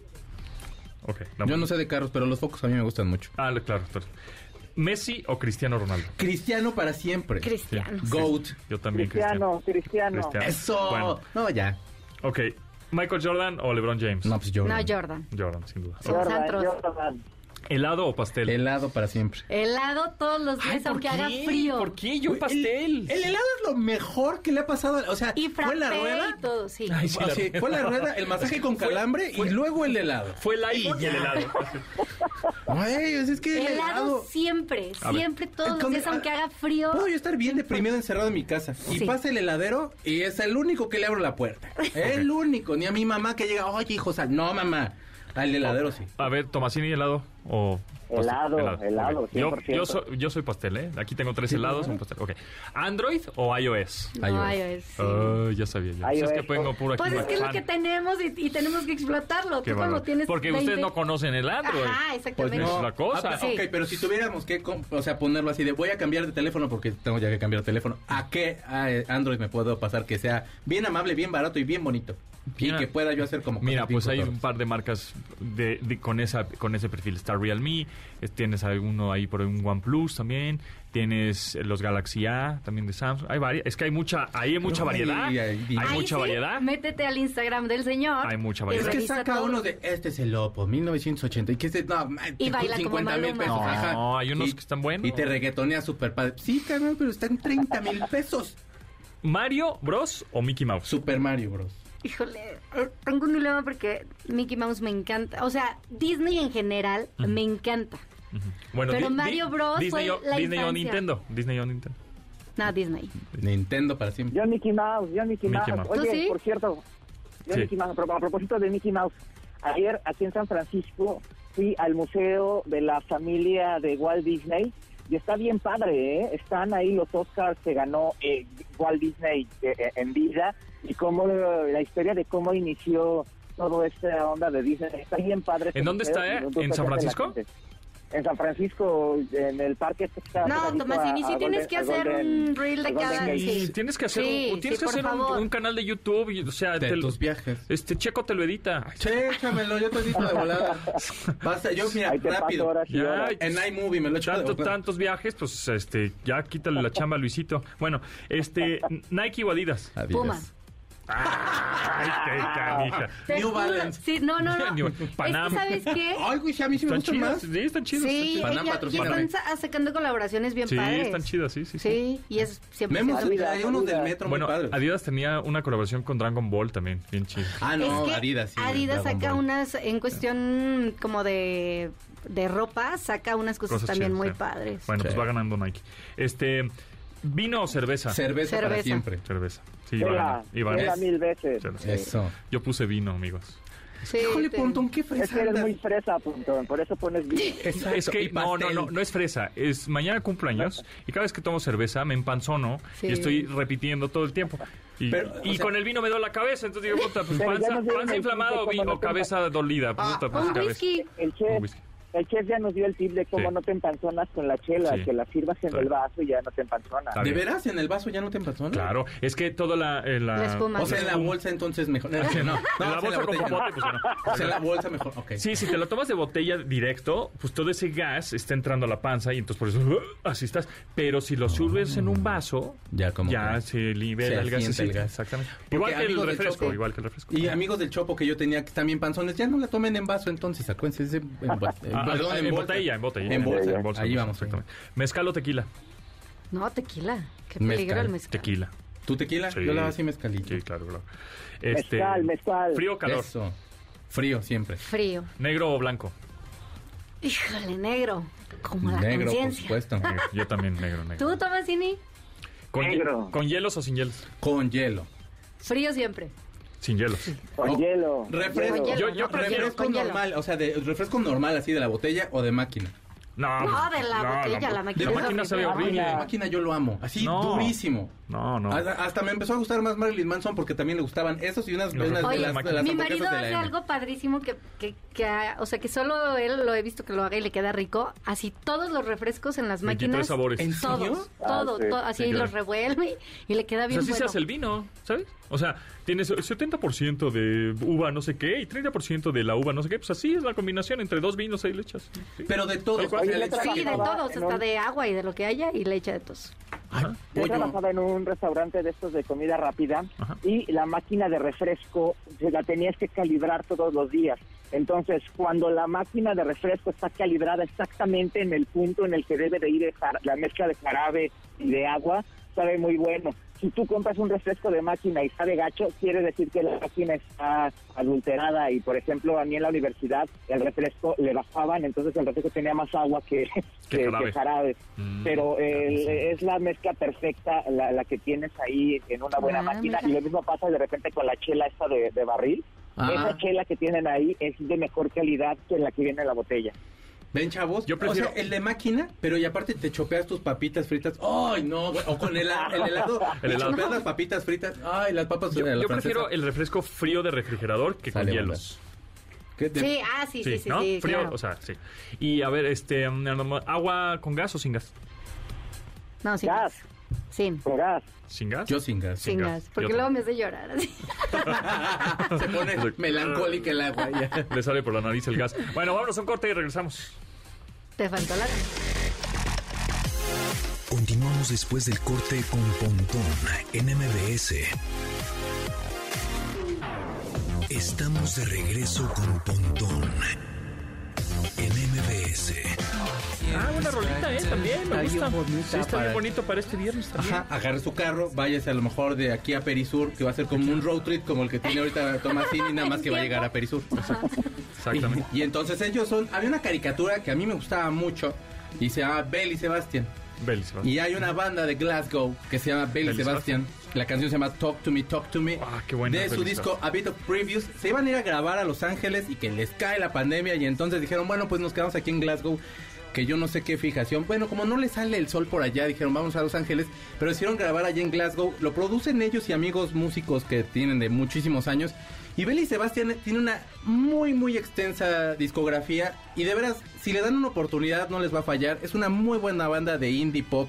Ok.
Yo
Lamborghini.
no sé de carros, pero los focos a mí me gustan mucho.
Ah, claro. claro. Messi o Cristiano Ronaldo.
Cristiano para siempre.
Cristiano.
Goat.
Yo también
Cristiano, Cristiano.
Cristiano.
Eso.
Bueno,
No, ya.
ok. Michael Jordan o LeBron James.
No, pues Jordan.
No, Jordan.
Jordan, sin duda.
Sí.
Jordan,
Santos.
Jordan.
¿Helado o pastel?
Helado para siempre.
Helado todos los días, aunque haga frío.
¿Por qué? Yo pastel.
El, el helado es lo mejor que le ha pasado. O sea,
Y
fue la
frappé
rueda.
y todo, sí.
Ay, sí, la
Ah, sí,
rueda.
fue la rueda, el masaje con calambre y luego el helado.
Fue el iPhone y el helado.
Güey, o sea, es que el helado.
Helado siempre,
A ver.
siempre todos los
Eh, Con-
días, aunque haga frío.
Puedo yo estar bien deprimido encerrado en mi casa. Y
Sí.
pasa el heladero y es el único que le abro la puerta. El único. Ni a mi mamá que llega, oye, hijo, sal. No, mamá. Ah, el heladero sí.
A ver, Tomasini, helado o... pastel?
Helado, helado,
ok. Yo- Yo,
100%.
soy, yo soy pastel, ¿eh? Aquí tengo tres helados, un pastel. Ok. ¿Android o iOS?
No,
iOS.
iOS, sí.
Ah, ya sabía yo.
iOS,
es que tengo puro aquí
Pues es que es lo
bacán.
que tenemos y, y tenemos que explotarlo.
Qué
Tú cuando
bárbaro.
tienes
Porque
20
ustedes no eh. conocen el Android.
Ajá,
Pues
exactamente.
Es
no.
la cosa.
Ah, pues,
Sí.
Ok, pero si tuviéramos que, com- o sea, ponerlo así de voy a cambiar de teléfono porque tengo ya que cambiar de teléfono, ¿a qué ah, eh, Android me puedo pasar que sea bien amable, bien barato y bien bonito?
Mira.
y que pueda yo hacer como...
Mira,
cosas bien
pues hay un
cotorras.
par de marcas de, de- con esa con ese perfil. Está Realme, eh, tienes alguno ahí por ahí, un OnePlus también, tienes eh, los Galaxy A también de Samsung. Hay varias, es que hay mucha, ahí hay mucha
Ay,
variedad.
ay,
hay
Ahí
mucha
sí,
variedad.
Métete al Instagram del señor.
Hay mucha
y
variedad.
Es que
revisa
saca
todo.
uno de, este es el Oppo, 1980, y que este, no, man,
Y
te
baila
cu-
como Maluma.
pesos,
No,
ajá.
hay unos que están buenos.
Y te reggaetonea super padre. Sí, carnal, pero están 30 mil pesos.
Mario Bros o Mickey Mouse.
Super Mario Bros.
Híjole, eh, tengo un dilema porque Mickey Mouse me encanta. O sea, Disney en general me encanta.
Ujú. Bueno,
Pero Mario Bros
Disney,
fue
o,
la
Disney o
infancia.
Nintendo, Disney o Nintendo.
No, Disney.
Nintendo para siempre.
Yo Mickey Mouse, yo Mickey,
Mickey
Mouse.
Mouse.
Oye,
¿Tú sí?
por cierto, yo
Sí.
Mickey Mouse, a pro- a propósito de Mickey Mouse, ayer aquí en San Francisco fui al museo de la familia de Walt Disney y está bien padre, ¿eh? Están ahí los Oscars que ganó eh, Walt Disney eh, eh, en vida y cómo eh, la historia de cómo inició todo esta onda de Disney. Está bien padre. este
¿En dónde
museo,
está, eh?
y entonces
¿En San
hace la
Francisco?
gente. En San Francisco, en el parque este que está
No,
pegadito
Tomás, y
a-
sí
a
tienes
Golden-
que
a
hacer
Golden-
un reel de
a Golden
cada.
Gate.
Y
Ah, sí.
tienes que hacer,
Sí,
un, tienes que
sí, por
hacer un,
favor.
un canal de YouTube, y, o sea,
De
te lo-
tus viajes.
este Checo te lo edita. Ay,
Che, échamelo, yo te edito de volada. Basta, yo, mira,
Ahí te paso
rápido.
horas y
Ya,
horas.
En iMovie me lo echo de
Tanto-
volada.
tantos viajes, pues este, ya quítale la chamba a Luisito. Bueno, este, Nike o Adidas.
Adidas.
Puma.
Ay, qué canija.
Te
New
juro-
Balance.
Sí, no, no, no.
New-
es que,
Panam.
¿sabes qué?
Ay, güey, sí, a mí sí me
Están
gustan
chidas,
más.
sí, están chidas.
Sí,
Panam,
ella- y
patrocíname.
están sa- sacando colaboraciones bien
Sí,
padres.
están chidas, sí, sí. sí.
Sí, y es
Me
siempre.
hemos
se va.
Adidas,
hay unos del
Adidas.
metro
Bueno,
muy padres.
Adidas tenía una colaboración con Dragon Ball también, bien chido.
Ah, no,
Es que
Adidas. Sí,
Adidas
Dragon
saca
Ball.
unas, en cuestión como de, de ropa, saca unas cosas,
Cosas
pues también
chidas,
muy
sí.
padres.
Bueno,
Sí.
pues va ganando Nike. Este, vino o cerveza.
Cerveza, para
Cerveza.
siempre.
cerveza. Sí, iba a
Vela,
ganar, iba a
vela
ganar.
mil veces.
Cerveza.
Eso.
Yo puse vino, amigos.
Sí,
Híjole,
te-
Pontón, qué
Es que
fresa.
eres muy fresa, Puntón, por eso pones bien.
Exacto,
Es que
y
no, no,
pastel.
no, no es fresa. Es mañana cumpleaños y cada vez que tomo cerveza me empanzono
Sí.
y estoy repitiendo todo el tiempo. Y,
Pero,
y
o sea-
con el vino me duele la cabeza, entonces digo, puta, pues
Pero ya
panza,
nos dieron
panza
el
inflamada o,
tip de
vi-
cómo
o
no te
cabeza dolida. puta, pues,
Ah, Un
cabeza.
whisky.
El
Un
chef,
whisky.
el chef ya nos dio el tip de cómo
Sí.
no te empanzonas con la chela,
Sí.
que la sirvas en
Claro.
el vaso y ya no te empanzonas.
Está
¿De
bien.
veras en el vaso ya no te empató?
Claro, es que toda la... eh, la,
La espuma.
O sea, en la bolsa entonces mejor. No, no, no,
en la
o sea,
bolsa con
botella.
popote, pues no.
O sea, en la bolsa mejor. Ok.
Sí, si te lo tomas de botella directo, pues todo ese gas está entrando a la panza y entonces por eso ¡uh! así estás. Pero si lo sirves en un vaso,
Ya como que-
se libera
se
el gas.
asienta el gas.
Exactamente.
Porque
igual que el
amigos del
refresco,
choque-
igual que el refresco.
Y amigos del Chopo que yo tenía que también panzones, ya no la tomen en vaso entonces, acuérdense. es En, en,
Ah, ah,
perdón,
en,
bolsa.
botella, en botella.
En bolsa,
en bolsa,
ahí
en bolsa,
vamos.
Exactamente. Mezcal o tequila.
No, tequila. Qué
Mezcal.
peligro el mezcal.
Tequila.
¿Tu tequila?
Sí.
Yo la así mezcalito.
Sí, claro, claro.
Mezcal, mezcal.
Este, Frío o calor.
Eso. Frío siempre.
Frío.
Negro o blanco.
Híjole, negro. Como la
Negro, por
conciencia.
supuesto.
Yo también negro, negro.
¿Tú, Tomasini?
¿Con, hie-
Negro.
¿Con hielos o sin hielos?
Con hielo.
Frío siempre.
Sin hielos.
Con
Oh,
hielo.
Refresco.
Con hielo,
Yo- yo
¿no?
prefiero
refresco
con hielo.
normal, o sea, de refresco normal así de la botella o de máquina.
No,
No, de la botella, la máquina
La
es
máquina sabe horrible.
horrible.
La máquina yo lo amo, así
No.
durísimo.
No, no.
Hasta, hasta me empezó a gustar más Marilyn Manson porque también le gustaban esos y unas,
Los
unas
Oye,
de las, de las
mi
hamburguesas
marido
de la
hace
M.
algo padrísimo que, que, que, ah, o sea, que solo él lo he visto que lo haga y le queda rico. Así todos los refrescos en las
23
máquinas.
sabores.
¿En
Todos,
serio?
Ah,
todo,
sí.
todo, así
Sí, claro.
los revuelve y le queda
O sea,
bien
así se
bueno.
hace el vino, ¿sabes? O sea, tienes el 70% de uva no sé qué y 30% de la uva no sé qué. Pues así es la combinación entre dos vinos ahí le echas. Sí.
Pero de todos.
Tal cual.
o sea,
Oye,
le
yo
echas
Sí, de
todo.
trabajaba
todos,
en
hasta
un-
de agua y de lo que haya y le echa de todos.
Yo
Oye,
trabajaba en un restaurante de estos de comida rápida
Ajá.
y la máquina de refresco se la tenías que calibrar todos los días. Entonces, cuando la máquina de refresco está calibrada exactamente en el punto en el que debe de ir el jar- la mezcla de jarabe y de agua, sabe muy bueno. Si tú compras un refresco de máquina y sabe gacho, quiere decir que la máquina está adulterada. Y, por ejemplo, a mí en la universidad el refresco le bajaban, entonces el refresco tenía más agua que,
Que
que-
jarabe.
que jarabe
Mm,
pero
eh,
el-
claro, sí.
es la mezcla perfecta la, la que tienes ahí en una buena
Ah,
máquina
mira.
y lo mismo pasa de repente con la chela esta de, de barril
Ah.
Esa chela que tienen ahí es de mejor calidad que la que viene en la botella.
Ven, chavos.
Yo prefiero-
O sea, el de máquina, pero y aparte te chopeas tus papitas fritas. ¡Ay, no! güey! O con el, el helado.
El
te
helado.
chopeas las papitas fritas. ¡Ay, las papas
Yo,
de la
yo
francesa.
prefiero el refresco frío de refrigerador que con
Sale,
hielos.
¿Qué te-
Sí, ah, sí, sí, sí, sí,
¿no? frío,
claro.
o sea, sí. Y a ver, este, mm, agua con gas o sin gas?
no, sin
Gas.
gas. Sí,
Con gas.
Sin gas.
Yo sin gas.
sin
gas.
gas.
Yo
Porque
también.
luego me hace llorar así.
Se pone melancólica el agua. ya.
Le sale por la nariz el gas. Bueno, vámonos a un corte y regresamos.
Te faltó la...
Continuamos después del corte con Pontón en MBS. Estamos de regreso con Pontón en MBS.
Ah, una rolita, ¿eh? También me
Está bien
gusta.
bonita
Sí, está bien
para-
bonito para este viernes también.
Ajá, agarre su carro, váyase a lo mejor de aquí a Perisur, que va a ser como un road trip como el que tiene ahorita Tomasini, nada más que va a llegar a Perisur.
Exactamente.
Y entonces ellos son. Había una caricatura que a mí me gustaba mucho y se llama Bell y Sebastián.
Beli, se va.
Y hay una banda de Glasgow que se llama
Bell
Bell y
Ah. y
Sebastián. La canción se llama Talk to Me, Talk to Me.
Ah, qué buena,
de su
Bell y
disco A Bit of Previews. Se iban a ir a grabar a Los Ángeles y que les cae la pandemia. Y entonces dijeron, bueno, pues nos quedamos aquí en Glasgow. Que yo no sé qué fijación. Bueno, como no les sale el sol por allá, dijeron, vamos a Los Ángeles. Pero hicieron grabar allá en Glasgow. Lo producen ellos y amigos músicos que tienen de muchísimos años. Y Bell y Sebastián tiene una muy, muy extensa discografía. Y de veras, si le dan una oportunidad, no les va a fallar. Es una muy buena banda de indie pop.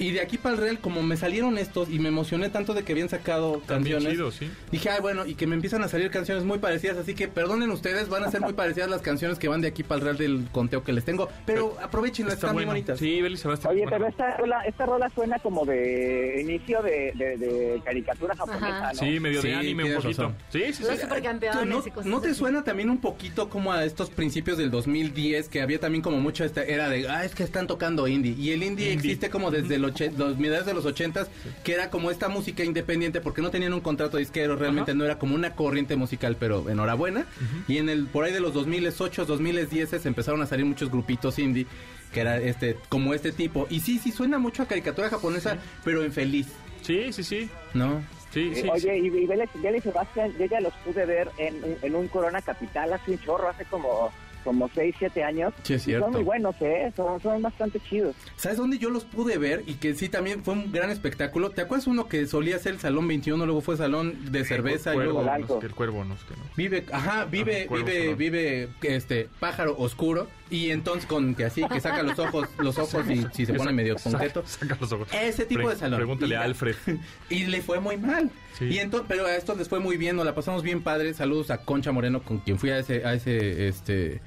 Y de aquí para el Real, como me salieron estos y me emocioné tanto de que habían sacado
También
canciones,
chido, sí.
dije, ay, bueno, y que me empiezan a salir canciones muy parecidas, así que perdonen ustedes, van a ser muy parecidas las canciones que van de aquí para el Real del conteo que les tengo, pero aprovechen, están muy
bueno.
bonitas.
Sí, Beli Sebastián.
Oye,
es
pero
bueno.
esta rola, esta rola suena como de inicio de, de- de caricatura japonesa,
Ajá.
¿no?
Sí, medio
Sí,
de anime un
tienes
poquito.
razón.
Sí, sí, sí.
¿Eh?
Los supercampeones
¿No,
y cosas
no te
así.
suena también un poquito como a estos principios del 2010 que había también como mucho esta era de, ah, es que están tocando indie? Y el
Indie.
indie, existe como desde el oche- los mediados de los 80 que era como esta música independiente porque no tenían un contrato disquero, realmente no era como una corriente musical, pero enhorabuena. Y en el por ahí de los 2008, 2010 empezaron a salir muchos grupitos indie que era este como este tipo. Y sí, sí suena mucho a caricatura japonesa, pero en feliz,
Sí, sí, sí.
¿no?
Sí, sí,
Eh,
sí.
Oye, y, y Bella, Bella y Sebastián, yo ya los pude ver en, en un Corona Capital hace un chorro, hace como, como 6, 7 años.
Sí, es
Y
cierto.
Son muy buenos, ¿eh? Son, son bastante chidos.
¿Sabes dónde yo los pude ver? Y que sí también fue un gran espectáculo. ¿Te acuerdas uno que solía ser el Salón 21, luego fue Salón de Cerveza
el
y
cuervo,
luego
Hola.
no sé qué, el cuervo, no sé qué, ¿no?
Vive, ajá, vive,
Ajá, cuervo
vive,
salón.
vive, este, pájaro oscuro. Y entonces con que así, que saca los ojos, los ojos y si se pone medio conjeto.
Saca los ojos.
Ese tipo
Pre-
de salón.
Pregúntale
Y-
a Alfred.
Y le fue muy mal.
Sí.
Y entonces, pero a estos les fue muy bien, nos la pasamos bien padre. Saludos a Concha Moreno, con quien fui a ese, a ese, este,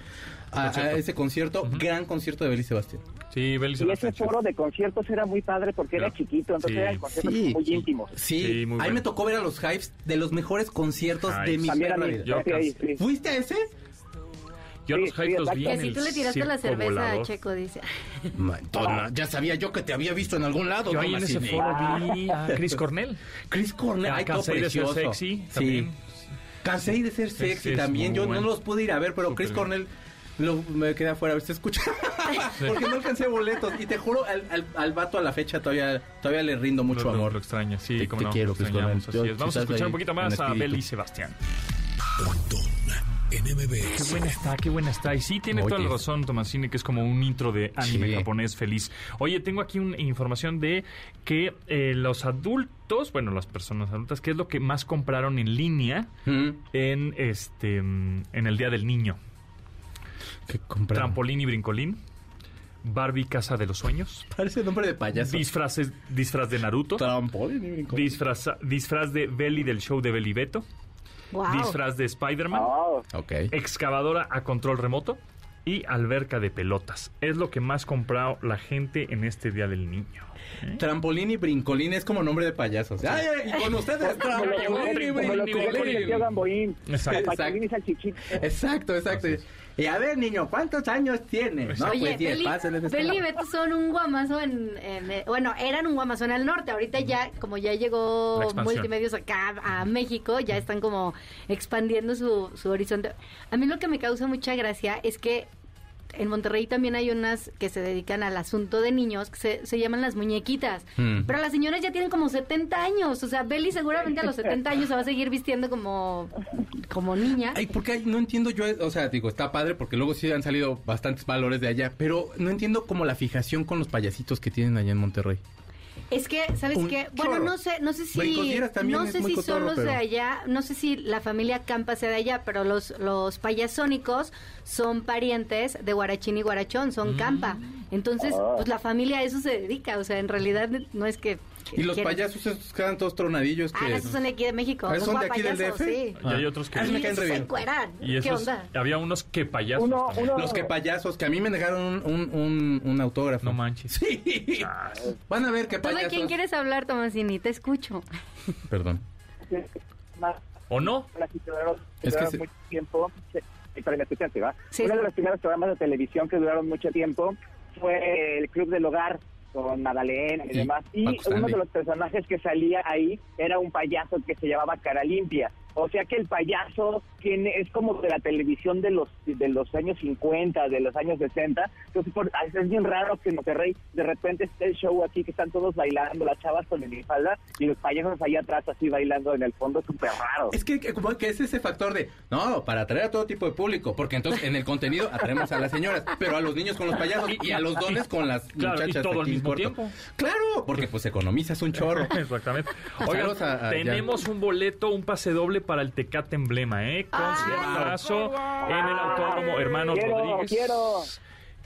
a, a
Concierto.
ese concierto, gran concierto de Beli Sebastián.
Sí, Beli
Y ese
Sebastián.
foro de conciertos era muy padre porque
Claro.
era chiquito, entonces
Sí.
eran conciertos muy íntimos.
Sí,
Sí, muy
ahí
bueno.
me tocó ver a los Hives de los mejores conciertos de
Hives.
mi
También a
perra
mí.
vida.
Yo
sí, ahí,
alcancé.
sí.
¿Fuiste a ese?
Yo a los
Sí,
hype los
sí, exacto.
vi
Que
en
si
el
tú le tiraste la
circo
cerveza a
volador.
Checo, dice.
Madonna, ya sabía yo que te había visto en algún lado.
Yo
¿no,
ahí en ese
Massini?
foro vi
Ah.
a Chris Cornell.
Chris Cornell, ay, todo
Cansé de ser
precioso.
sexy.
sí.
También.
Cansé de ser sexy
es
también.
muy
Yo
bueno.
no los pude ir a ver, pero
Súper
Chris
bien.
Cornell lo- me quedé afuera a ver si escucha. Porque no alcancé boletos. Y te juro, al, al, al vato a la fecha todavía, todavía le rindo mucho
Lo- lo-
amor.
Lo extraña, sí.
Te-
cómo
te
no,
quiero,
lo
Chris
extrañamos,
Cornell.
así
Yo,
es. Vamos
si
a
estás
escuchar un
ahí,
poquito
en
más a
espíritu.
Beli Sebastián.
Pontón en
Qué
MBS.
buena está, qué buena está. Y sí, tienes toda la
Oye.
razón, Tomasini, que es como un intro de anime
Sí.
japonés feliz. Oye, tengo aquí una información de que eh, los adultos, bueno, las personas adultas, ¿qué es lo que más compraron en línea
Mm,
en este mm, en el Día del Niño?
¿Qué compraron?
Trampolín y brincolín, Barbie Casa de los Sueños,
Parece nombre de payaso.
disfraces, disfraz de Naruto,
Trampolín y brincón.
disfraz, disfraz de Belly del show de Belly Beto,
Wow.
disfraz de Spider-Man,
Oh,
Ok.
excavadora a control remoto y alberca de pelotas. Es lo que más comprado la gente en este Día del Niño.
Trampolín y brincolín es como nombre de payasos. Ay, ay, y con ustedes,
como los
trampolín y
juguetes- como los juguetes de
brincolín.
Tío Gamboín.
Exacto.
Paquilín y salchichín.
Exacto, exacto.
Así es.
Y a ver, niño, ¿cuántos años tiene? No,
Oye,
pues diez,
Beli,
pásenle este
Beli y
lado.
Beto son un guamazo en, en- eh, Bueno, eran un guamazo en el norte. Ahorita ya, como ya
La
llegó
expansión.
multimedios acá a México, ya están como expandiendo su, su horizonte. A mí lo que me causa mucha gracia es que en Monterrey también hay unas que se dedican al asunto de niños, que se, se llaman las muñequitas.
Mm.
Pero las señoras ya tienen como 70 años. O sea, Beli seguramente a los 70 años se va a seguir vistiendo como, como niña.
Ay, porque hay- no entiendo yo, o sea, digo, está padre porque luego sí han salido bastantes valores de allá, pero no entiendo como la fijación con los payasitos que tienen allá en Monterrey.
Es que, ¿sabes
Un
qué? Bueno,
chorro.
no sé, no sé si,
Brincosieras también
no
es
sé
muy
si
cotorro,
solo
pero-
sea allá, no sé si la familia Campa sea de allá, pero los, los payasónicos son parientes de Guarachín y Guarachón,
Mm.
son Campa. Entonces, pues la familia a eso se dedica, o sea, en realidad no es que...
Y los
que-
payasos esos quedan todos tronadillos que...
Ah, esos son de aquí de México.
Ah,
los
¿son de aquí del
guapayasos,
DF?
Sí.
Y hay otros que...
Ah, sí, me caen
esos
re
se
bien.
encueran.
Y
¿Qué
esos,
onda?
había unos que payasos.
Uno-
también.
uno-
Los que payasos, que a mí me dejaron un, un, un- un autógrafo.
No manches.
Sí. Van a ver qué
¿Tú
payasos.
Pues, de quién quieres hablar, Tomasini? Te escucho.
Perdón.
Más
¿O no?
las que duraron, que
Es que
duraron
se-
mucho tiempo. se- y para mi escuchante, ¿va?
Sí.
Uno de los primeros programas de televisión que duraron mucho tiempo fue el Club del Hogar con Madalena y,
Y
demás. Y
Paco
uno
Stanley.
de los personajes que salía ahí era un payaso que se llamaba Cara Limpia. O sea que el payaso tiene, es como de la televisión de los de los años 50, de los años 60. Entonces por- ah, es bien raro que en Monterrey de repente esté el show aquí que están todos bailando, las chavas con el falda y los payasos allá atrás así bailando en el fondo. Es súper raro.
Es que, que como que es ese factor de, no, para atraer a todo tipo de público, porque entonces en el contenido atraemos a las señoras, pero a los niños con los payasos y a los dones con las
Claro, y
muchachas.
todo al
aquí en
mismo
Puerto.
tiempo.
Claro, porque pues economizas un chorro.
Exactamente. Oigan,
Saludos a- a-
tenemos un boleto, un pase doble para el Tecate Emblema, ¿eh?
Ah,
Conciertazo en el Autódromo Hermanos
quiero,
Rodríguez.
quiero.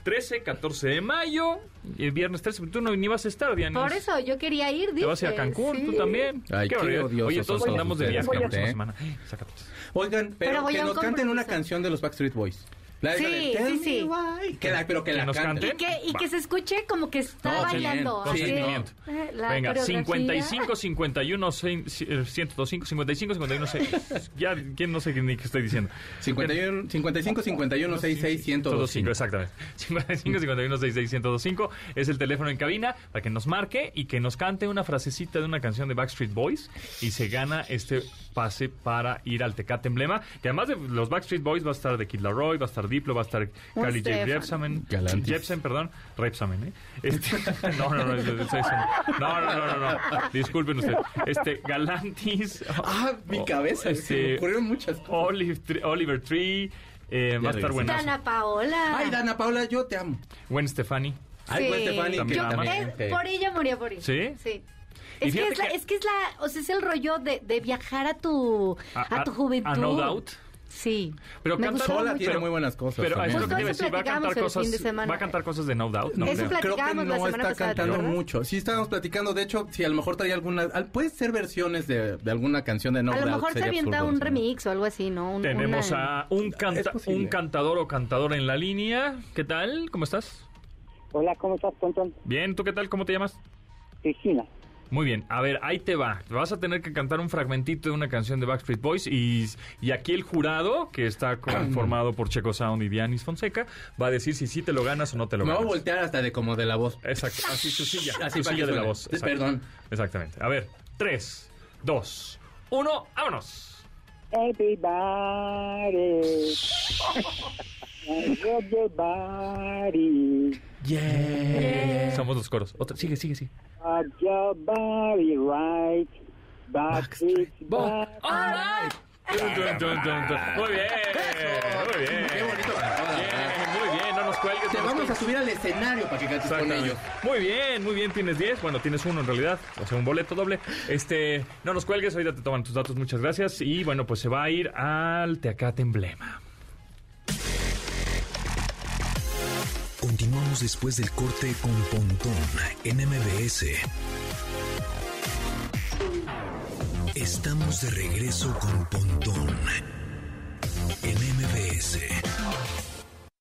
13, 14 de mayo, el viernes 13. Tú no ni vas a estar, Dianis.
Por eso yo quería ir, dije.
Te vas a ir a Cancún, tú
sí.
también.
Ay, qué
barbaridad.
odiosos
Oye, todos
son
andamos de
ustedes,
viaje la
fíjate,
próxima
¿eh?
semana. Sácatelas.
Oigan, pero,
Pero voy
que
a un
nos canten una
compromiso.
canción de los Backstreet Boys. La esa
Sí,
de,
sí,
"Tell me
sí.
why", que la- pero que,
¿Que
la
nos
Y
canten?
canten.
que, y que se escuche como que está
No, sí,
bailando.
bien,
así.
consentimiento.
Eh, la
Venga,
coreografía.
55, 51, 6, eh, 105, 55, 51, 6. Ya, ¿quién no sé ni qué estoy diciendo?
51, 55, 51, 66,
105,
105.
exactamente. 55 51 66 1025 es el teléfono en cabina para que nos marque y que nos cante una frasecita de una canción de Backstreet Boys y se gana este pase para ir al Tecate Emblema, que además de los Backstreet Boys va a estar de Kid Laroi, va a estar Diplo, va a estar Carly J.
Stefan.
Jepsen,
Galantis.
Jepsen, perdón, Repsamen, ¿eh? Este, no, no, no, es- es- es- no, no, no, no, no, disculpen ustedes. Este, Galantis.
Ah,
Oh,
mi cabeza,
este,
se me ocurrieron muchas cosas.
Olive Tre- Oliver Tree, eh, va a estar
regresé.
buenazo.
Dana
oh.
Paola.
Ay, Dana Paula, yo te amo.
Gwen Stefani.
Ay,
Sí.
Gwen Stefani, que
Yo- eh,
también,
es-
sí.
Por ella moría por ella.
¿Sí? Y
Es que
fíjate
es, la,
que-
es que es la, o sea, es el rollo de, de viajar a tu, a, tu juventud.
A No Doubt.
Sí.
Pero
Me
canta
gustó
Sola
mucho.
tiene muy buenas cosas.
Pero ah, es
también.
lo que te iba a
Justo
decir, va a cantar
eso platicamos el
cosas,
fin de semana.
va a cantar cosas de No Doubt. No,
Eso
creo.
platicamos
Creo que
la
no
semana
está
pasada,
cantando
¿verdad?
mucho. Sí, estábamos platicando. De hecho, si a lo mejor traía alguna. al- Puede ser versiones de, de alguna canción de No
a lo
Doubt,
mejor se
sería
avienta
absurdo,
un
¿no?
remix o algo así, ¿no? Un-
Tenemos
una-
a un, canta-
Es posible.
un cantador o cantadora en la línea. ¿Qué tal? ¿Cómo estás?
Hola, ¿cómo estás, Tonton?
Bien, ¿tú qué tal? ¿Cómo te llamas?
Cristina.
Muy bien, a ver, ahí te va. Vas a tener que cantar un fragmentito de una canción de Backstreet Boys y, y aquí el jurado, que está conformado por Checo Sound y Dianis Fonseca, va a decir si sí te lo ganas o no te lo
Me voy a
ganas.
voltear hasta de como de la voz.
Exacto. Así su silla.
Así
su silla
para que
de la
suene.
voz. Exacto.
Perdón.
Exactamente. A ver, tres, dos, uno, vámonos.
Everybody. Ah, Everybody.
Somos los coros. Otra, sigue, sigue, sigue.
Rock your body right. Back it back.
¡Hola! Dun, dun, dun, dun, dun. Muy bien. Muy bien.
Qué bonito cantaba, la verdad.
Bien, Muy bien, no nos cuelgues.
Te
no nos
vamos a
cuelgues.
subir al escenario para que cantes con
Exactamente.
ellos.
Muy bien, muy bien, tienes 10, bueno, tienes uno en realidad, o sea, un boleto doble. Este, no nos cuelgues, ahorita te toman tus datos, muchas gracias. Y bueno, pues se va a ir al Teacate Emblema.
Continuamos después del corte con Pontón en MBS. Estamos de regreso con Pontón en MBS.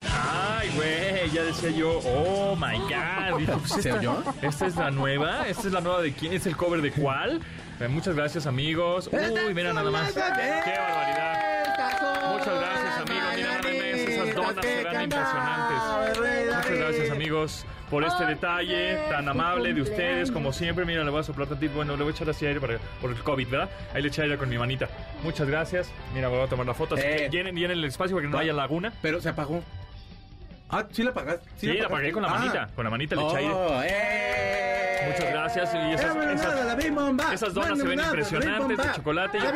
Ay, güey, ya decía yo, oh my god. Dije, pues,
¿Se
esta,
oyó?
esta es la nueva, esta es la nueva de quién, es el cover de cuál. Eh, muchas gracias, amigos. Uy, mira nada más. ¡Qué barbaridad! Muchas gracias, amigos. Mira, nada más, esas donas se ven impresionantes. Muchas gracias, amigos, por este detalle tan amable de ustedes. Como siempre, mira, le voy a soplar tantito. Bueno, le voy a echar así aire para, por el COVID, ¿verdad? Ahí le eché aire con mi manita. Muchas gracias. Mira, voy a tomar la foto. Así que
Eh.
llenen, llenen el espacio para que no haya laguna.
Pero se apagó. Ah, sí la Ah. Oh, pagaste.
Sí, la pagué con la manita. Con la manita le eché aire.
eh.
Muchas gracias. Y esas- esas- esas donas se ven impresionantes de chocolate. Yo-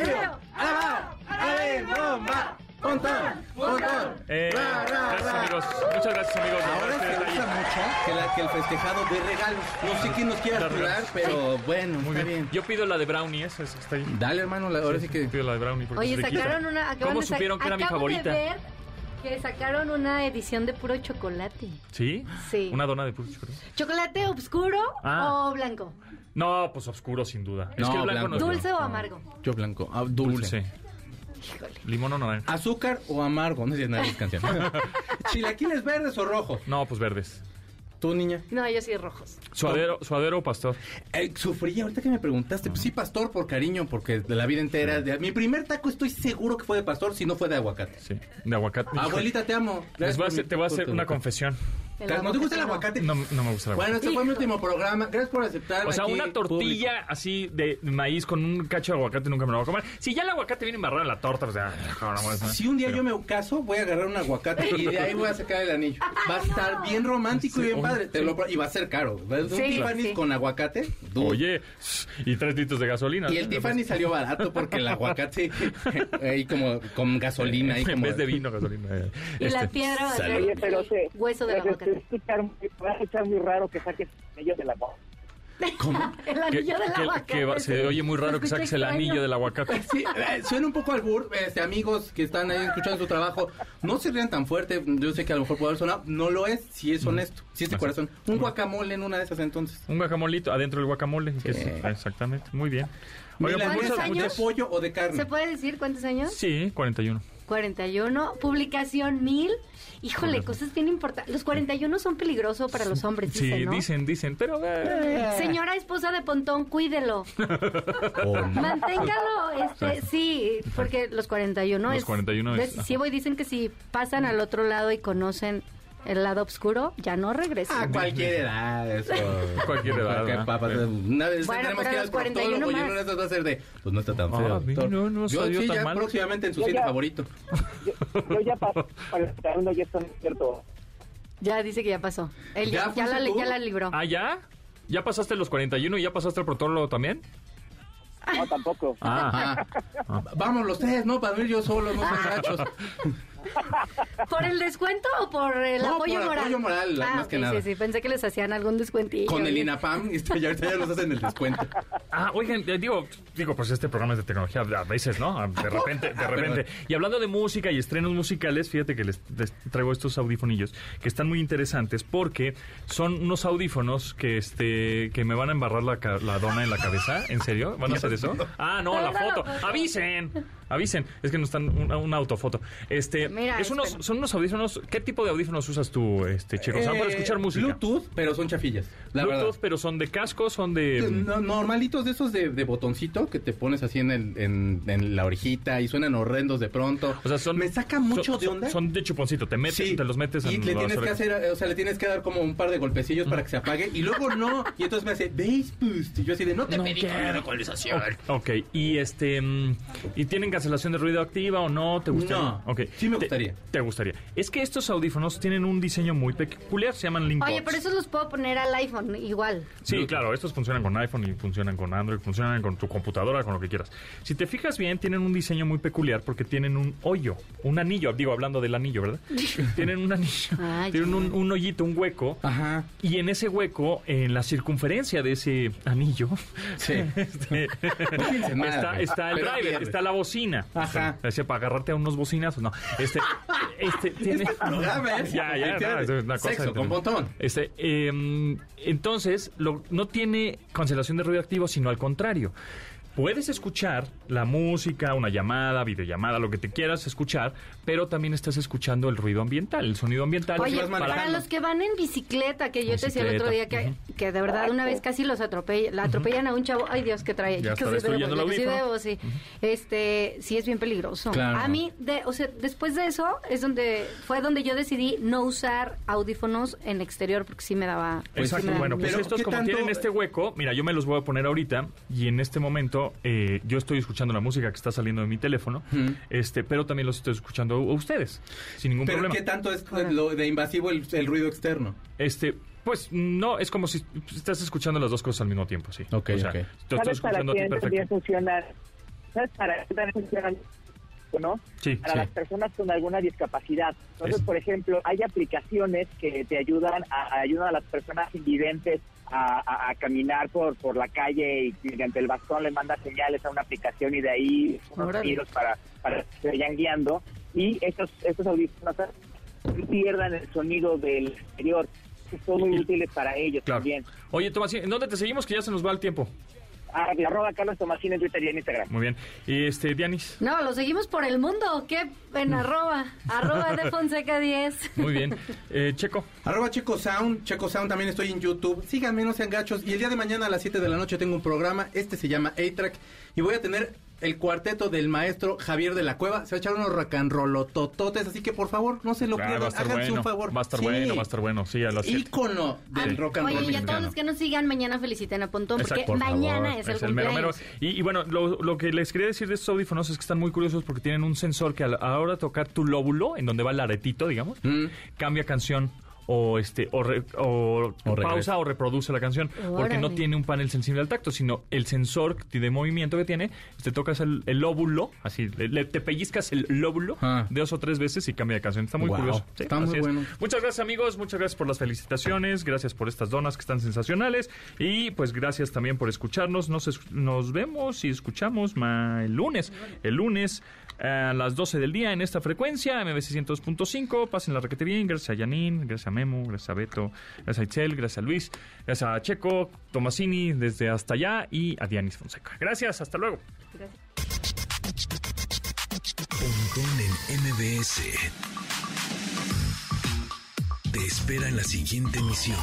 Eh, gracias, amigos. Muchas gracias, amigos.
Ahora
Este
se
detalle.
usa mucho que, la, que el festejado de regalos. No sé quién nos quiera
Dar
curar,
regalos.
pero bueno,
Muy
está
bien.
bien.
Yo pido la de brownie, esa esa está ahí.
Dale, hermano, la- ahora sí que.
Pido la de brownie porque
Oye,
es riquita.
sacaron una. acaban
¿Cómo
de sac-
supieron que era mi
acabo
favorita?
De ver que sacaron una edición de puro chocolate.
¿Sí?
Sí.
Una dona de puro chocolate.
¿Chocolate oscuro
Ah.
o blanco?
No, pues oscuro sin duda. es
No,
que el blanco,
blanco.
no es
¿Dulce
bueno.
o amargo?
Yo blanco. Ah, dulce.
Dulce. Limón o naranja.
¿Azúcar o amargo? No sé si es nada de canción. ¿Chilaquiles verdes o rojos?
No, pues verdes.
Tú, niña.
No, yo sí rojos.
Suadero, suadero o pastor.
Eh, sufrí ahorita que me preguntaste. Pues sí, pastor, por cariño, porque de la vida entera. de- mi primer taco estoy seguro que fue de pastor, si no fue de aguacate.
Sí. De aguacate.
Abuelita, te amo.
Les
Gracias
voy a
por
hacer-
mi-
te voy a
por
hacer
tu
una
aguacate.
confesión.
El
¿No te gusta el
aguacate
aguacate?
No, no me gusta el
Bueno,
aguacate.
este fue mi último programa. Gracias por aceptar.
O sea, una tortilla así de maíz con un cacho de aguacate nunca me lo voy a comer. Si ya el aguacate viene embarrado en la torta, pues ya. no, no, no, no.
Si un día yo me caso, voy a agarrar un aguacate y de ahí voy a sacar el anillo. Va a estar bien romántico y
oh,
bien padre. Te lo pro- y va a ser caro. Un
Sí,
Tiffany's
sí.
con aguacate. dude.
Oye, y tres litros de gasolina.
Y el Tiffany salió barato porque el aguacate ahí como con gasolina. Ahí
En
como...
vez de vino, gasolina. eh,
Y la
este.
piedra va a ser
Oye, pero se,
el hueso del
se- se- se
aguacate.
escuchar muy- va a escuchar muy raro que saques ellos de la boca.
¿Cómo?
El anillo del
que-
aguacate.
que
pues,
va- se oye muy raro que
escucha
saques el
extraño.
anillo del aguacate.
Sí, eh, suena un poco al bur, este, amigos que están ahí escuchando su trabajo, no se rían tan fuerte, yo sé que a lo mejor puede haber sonado, no lo es, si es honesto, si es
Mm. Así.
de
Mm.
corazón. Un guacamole en una de esas entonces.
Un guacamolito, adentro del guacamole. que
Sí.
es- exactamente, muy bien. Oigan, pues
¿Milanesa
muchas,
años?
de
muchas-
pollo o de carne?
¿Se puede decir cuántos años?
Sí, 41.
41, publicación 1000. Híjole, cosas bien importantes. Los 41 son peligrosos para los hombres,
Sí,
dicen, ¿no?
dicen, dicen, pero... eh,
Señora esposa de Pontón, cuídelo.
Oh,
O no.
Manténgalo, este, sí, porque los 41
Los
es...
41 es,
ves,
ajá.
Sí, voy, dicen que si pasan al otro lado y conocen el lado oscuro, ya no
A
regresan.
cualquier edad, eso.
Cualquier edad, ¿verdad?
papá, Una vez
Bueno,
tenemos
pero
que ir
los
al proctólogo
41
y
más.
una de esas va a ser de, pues no está tan
Ah,
feo.
vi,
doctor.
no, no
yo
salió
sí,
tan
ya
mal.
próximamente en su
Ya,
cine
ya.
favorito.
Yo, yo ya pasé para el segundo y esto no es cierto.
Ya dice que ya pasó.
¿Ya
Él ya, ya
fuiste
la,
tú?
ya la libró.
¿Ah, ya? ¿Ya pasaste los 41 y ya pasaste el protólogo también?
No, tampoco.
Ah,
Ajá. Vamos los tres, ¿no? Para no ir yo solo, no son gachos.
¿Por el descuento o por el
No,
apoyo
por
moral? Ah,
apoyo moral, la- más que
ok,
nada.
Sí, sí, pensé que les hacían algún descuentillo.
Con el INAPAM, y esto ya ahorita ya nos hacen el descuento.
Ah, oigan, eh, digo, digo, pues este programa es de tecnología a veces, ¿no? Ah, De repente, de repente. Y hablando de música y estrenos musicales, fíjate que les, les traigo estos audifonillos que están muy interesantes porque son unos audífonos que este que me van a embarrar la, ca- la dona en la cabeza. ¿En serio? ¿Van a hacer eso? Ah, no, la foto. Avisen, avisen. Es que no están una, una autofoto. Este,
Mira,
es unos,
espera.
son unos audífonos. ¿Qué tipo de audífonos usas tú, este, Chico? O sea, para
Eh,
escuchar música.
Bluetooth, pero son chafillas. La
Bluetooth,
verdad.
pero son de casco, son de.
No- normalitos de esos de, de botoncito que te pones así en, el, en, en la orejita y suenan horrendos de pronto.
O sea, son.
Me saca mucho
son-
de onda.
Son de chuponcito, te metes,
Sí,
te los metes
y
en
le
las
tienes que
orejas.
hacer, eh, o sea, le tienes que dar como un par de golpecillos para que se apague y luego no. Y entonces me hace bass boost y yo así de no te pedí con la ecualización.
Ok, y este. mm, ¿Y tienen cancelación de ruido activa o no? ¿Te gustaría?
No,
Ok.
sí me
Te-
gustaría.
Te, gustaría. Es que estos audífonos tienen un diseño muy peculiar, se llaman Link
Oye,
Buds.
pero esos los puedo poner al iPhone igual.
Sí, claro, estos funcionan con iPhone y funcionan con Android, funcionan con tu computadora, con lo que quieras. Si te fijas bien, tienen un diseño muy peculiar porque tienen un hoyo, un anillo, digo, hablando del anillo, ¿verdad? tienen un anillo,
Ay,
tienen
ya.
un, un hoyito, un hueco,
Ajá.
y en ese hueco, en la circunferencia de ese anillo,
Sí.
este,
pienses mal,
está,
güey.
está el
Pero
driver,
pierde.
está la bocina.
Ajá.
O sea, para agarrarte a unos bocinazos, no. Este, este tiene.
programa, ¿eh?
ya, ya, no, es una cosa
Sexo
de-
con botón.
Este, eh, entonces, lo- no tiene cancelación de ruido activo, sino al contrario. Puedes escuchar la música, una llamada, videollamada, lo que te quieras escuchar, pero también estás escuchando el ruido ambiental, el sonido ambiental.
Oye,
vas
para,
manejando.
los que van en bicicleta, que yo te decía el otro día
Bicicleta,
que, que de verdad una vez casi los atropella, la atropellan a un chavo, ay Dios, que trae?
Ya
Que
está
sí, pero
destruyendo el
porque sí
audífono.
debo, sí. Este, sí es bien peligroso.
Claro.
A mí, de, o sea, después de eso es donde fue donde yo decidí no usar audífonos en exterior porque sí me daba. sí
Exacto,
me daba
bueno, pues
miedo.
Pero,
estos
¿qué
como
tanto-
tienen este hueco, mira, yo me los voy a poner ahorita y en este momento momento eh, yo estoy escuchando la música que está saliendo de mi teléfono,
Ujú.
este, pero también los estoy escuchando a ustedes, sin ningún
Pero
problema.
¿qué tanto es de, lo de invasivo el, el ruido externo?
Este, pues no, es como si estás escuchando las dos cosas al mismo tiempo, sí.
Ok,
o sea,
ok.
te estoy
¿Sabes para
escuchando a ti
quién también
perfecto.
funciona? ¿Sabes para quién también funciona? ¿No?
Sí,
para
sí.
las personas con alguna discapacidad. Entonces,
Es-
por ejemplo, hay aplicaciones que te ayudan a, a- ayudan a las personas invidentes a, a- a caminar por, por la calle y mediante el bastón le manda señales a una aplicación y de ahí unos
Órale.
tiros para, para que se vayan guiando. Y estos, estos audífonos no pierdan el sonido del exterior. Son muy
Y-
útiles para ellos
Claro.
también.
Oye, Tomás, ¿en dónde te seguimos? Que ya se nos va el tiempo.
Ah, arroba Carlos Tomasín en Twitter y en Instagram.
Muy bien. Y este, Dianis.
No, lo seguimos por el mundo. ¿Qué? En arroba. Arroba de Fonseca 10.
Muy bien. Eh, Checo.
Arroba Checo Sound, Checo Sound también estoy en YouTube. Síganme, no sean gachos. Y el día de mañana a las 7 de la noche tengo un programa. Este se llama A-Track. Y voy a tener el cuarteto del maestro Javier de la Cueva. Se va a echar unos rocanrolotototes. Así que por favor, no se lo
Ah,
pierdan.
va a estar
Háganse
bueno.
un favor.
Va a estar
Sí.
bueno, va a estar bueno. Sí, a las siete.
Ícono del
Sí.
rock and roll
Ah, Oye, y a todos
mexicano.
los que nos sigan, mañana feliciten a Pontón, porque
Exacto, por
mañana
favor.
es el
mero,
cumpleaños.
mero. Y, y bueno, lo, lo que les quería decir de estos audífonos es que están muy curiosos porque tienen un sensor que a la a la hora de tocar tu lóbulo, en donde va el aretito, digamos,
Mm.
cambia canción o este o, re- o
regresa.
pausa o reproduce la canción porque no
Órale.
tiene un panel sensible al tacto sino el sensor de movimiento que tiene te tocas el, el lóbulo así le- le- te pellizcas el lóbulo
Ah.
dos o tres veces y cambia de canción está muy
Guau,
curioso
está muy
así es.
bueno.
Muchas gracias amigos, muchas gracias por las felicitaciones, gracias por estas donas que están sensacionales y pues gracias también por escucharnos. Nos, es- nos vemos y escuchamos ma- el lunes, el lunes a las 12 del día en esta frecuencia, MBC 102.5. Pasen la raquetería, gracias a Yanin, gracias a Memo, gracias a Beto, gracias a Itzel, gracias a Luis, gracias a Checo, Tomasini desde hasta allá y a Dianis Fonseca. Gracias, hasta luego.
Pontón en MBS. Te espera en la siguiente emisión.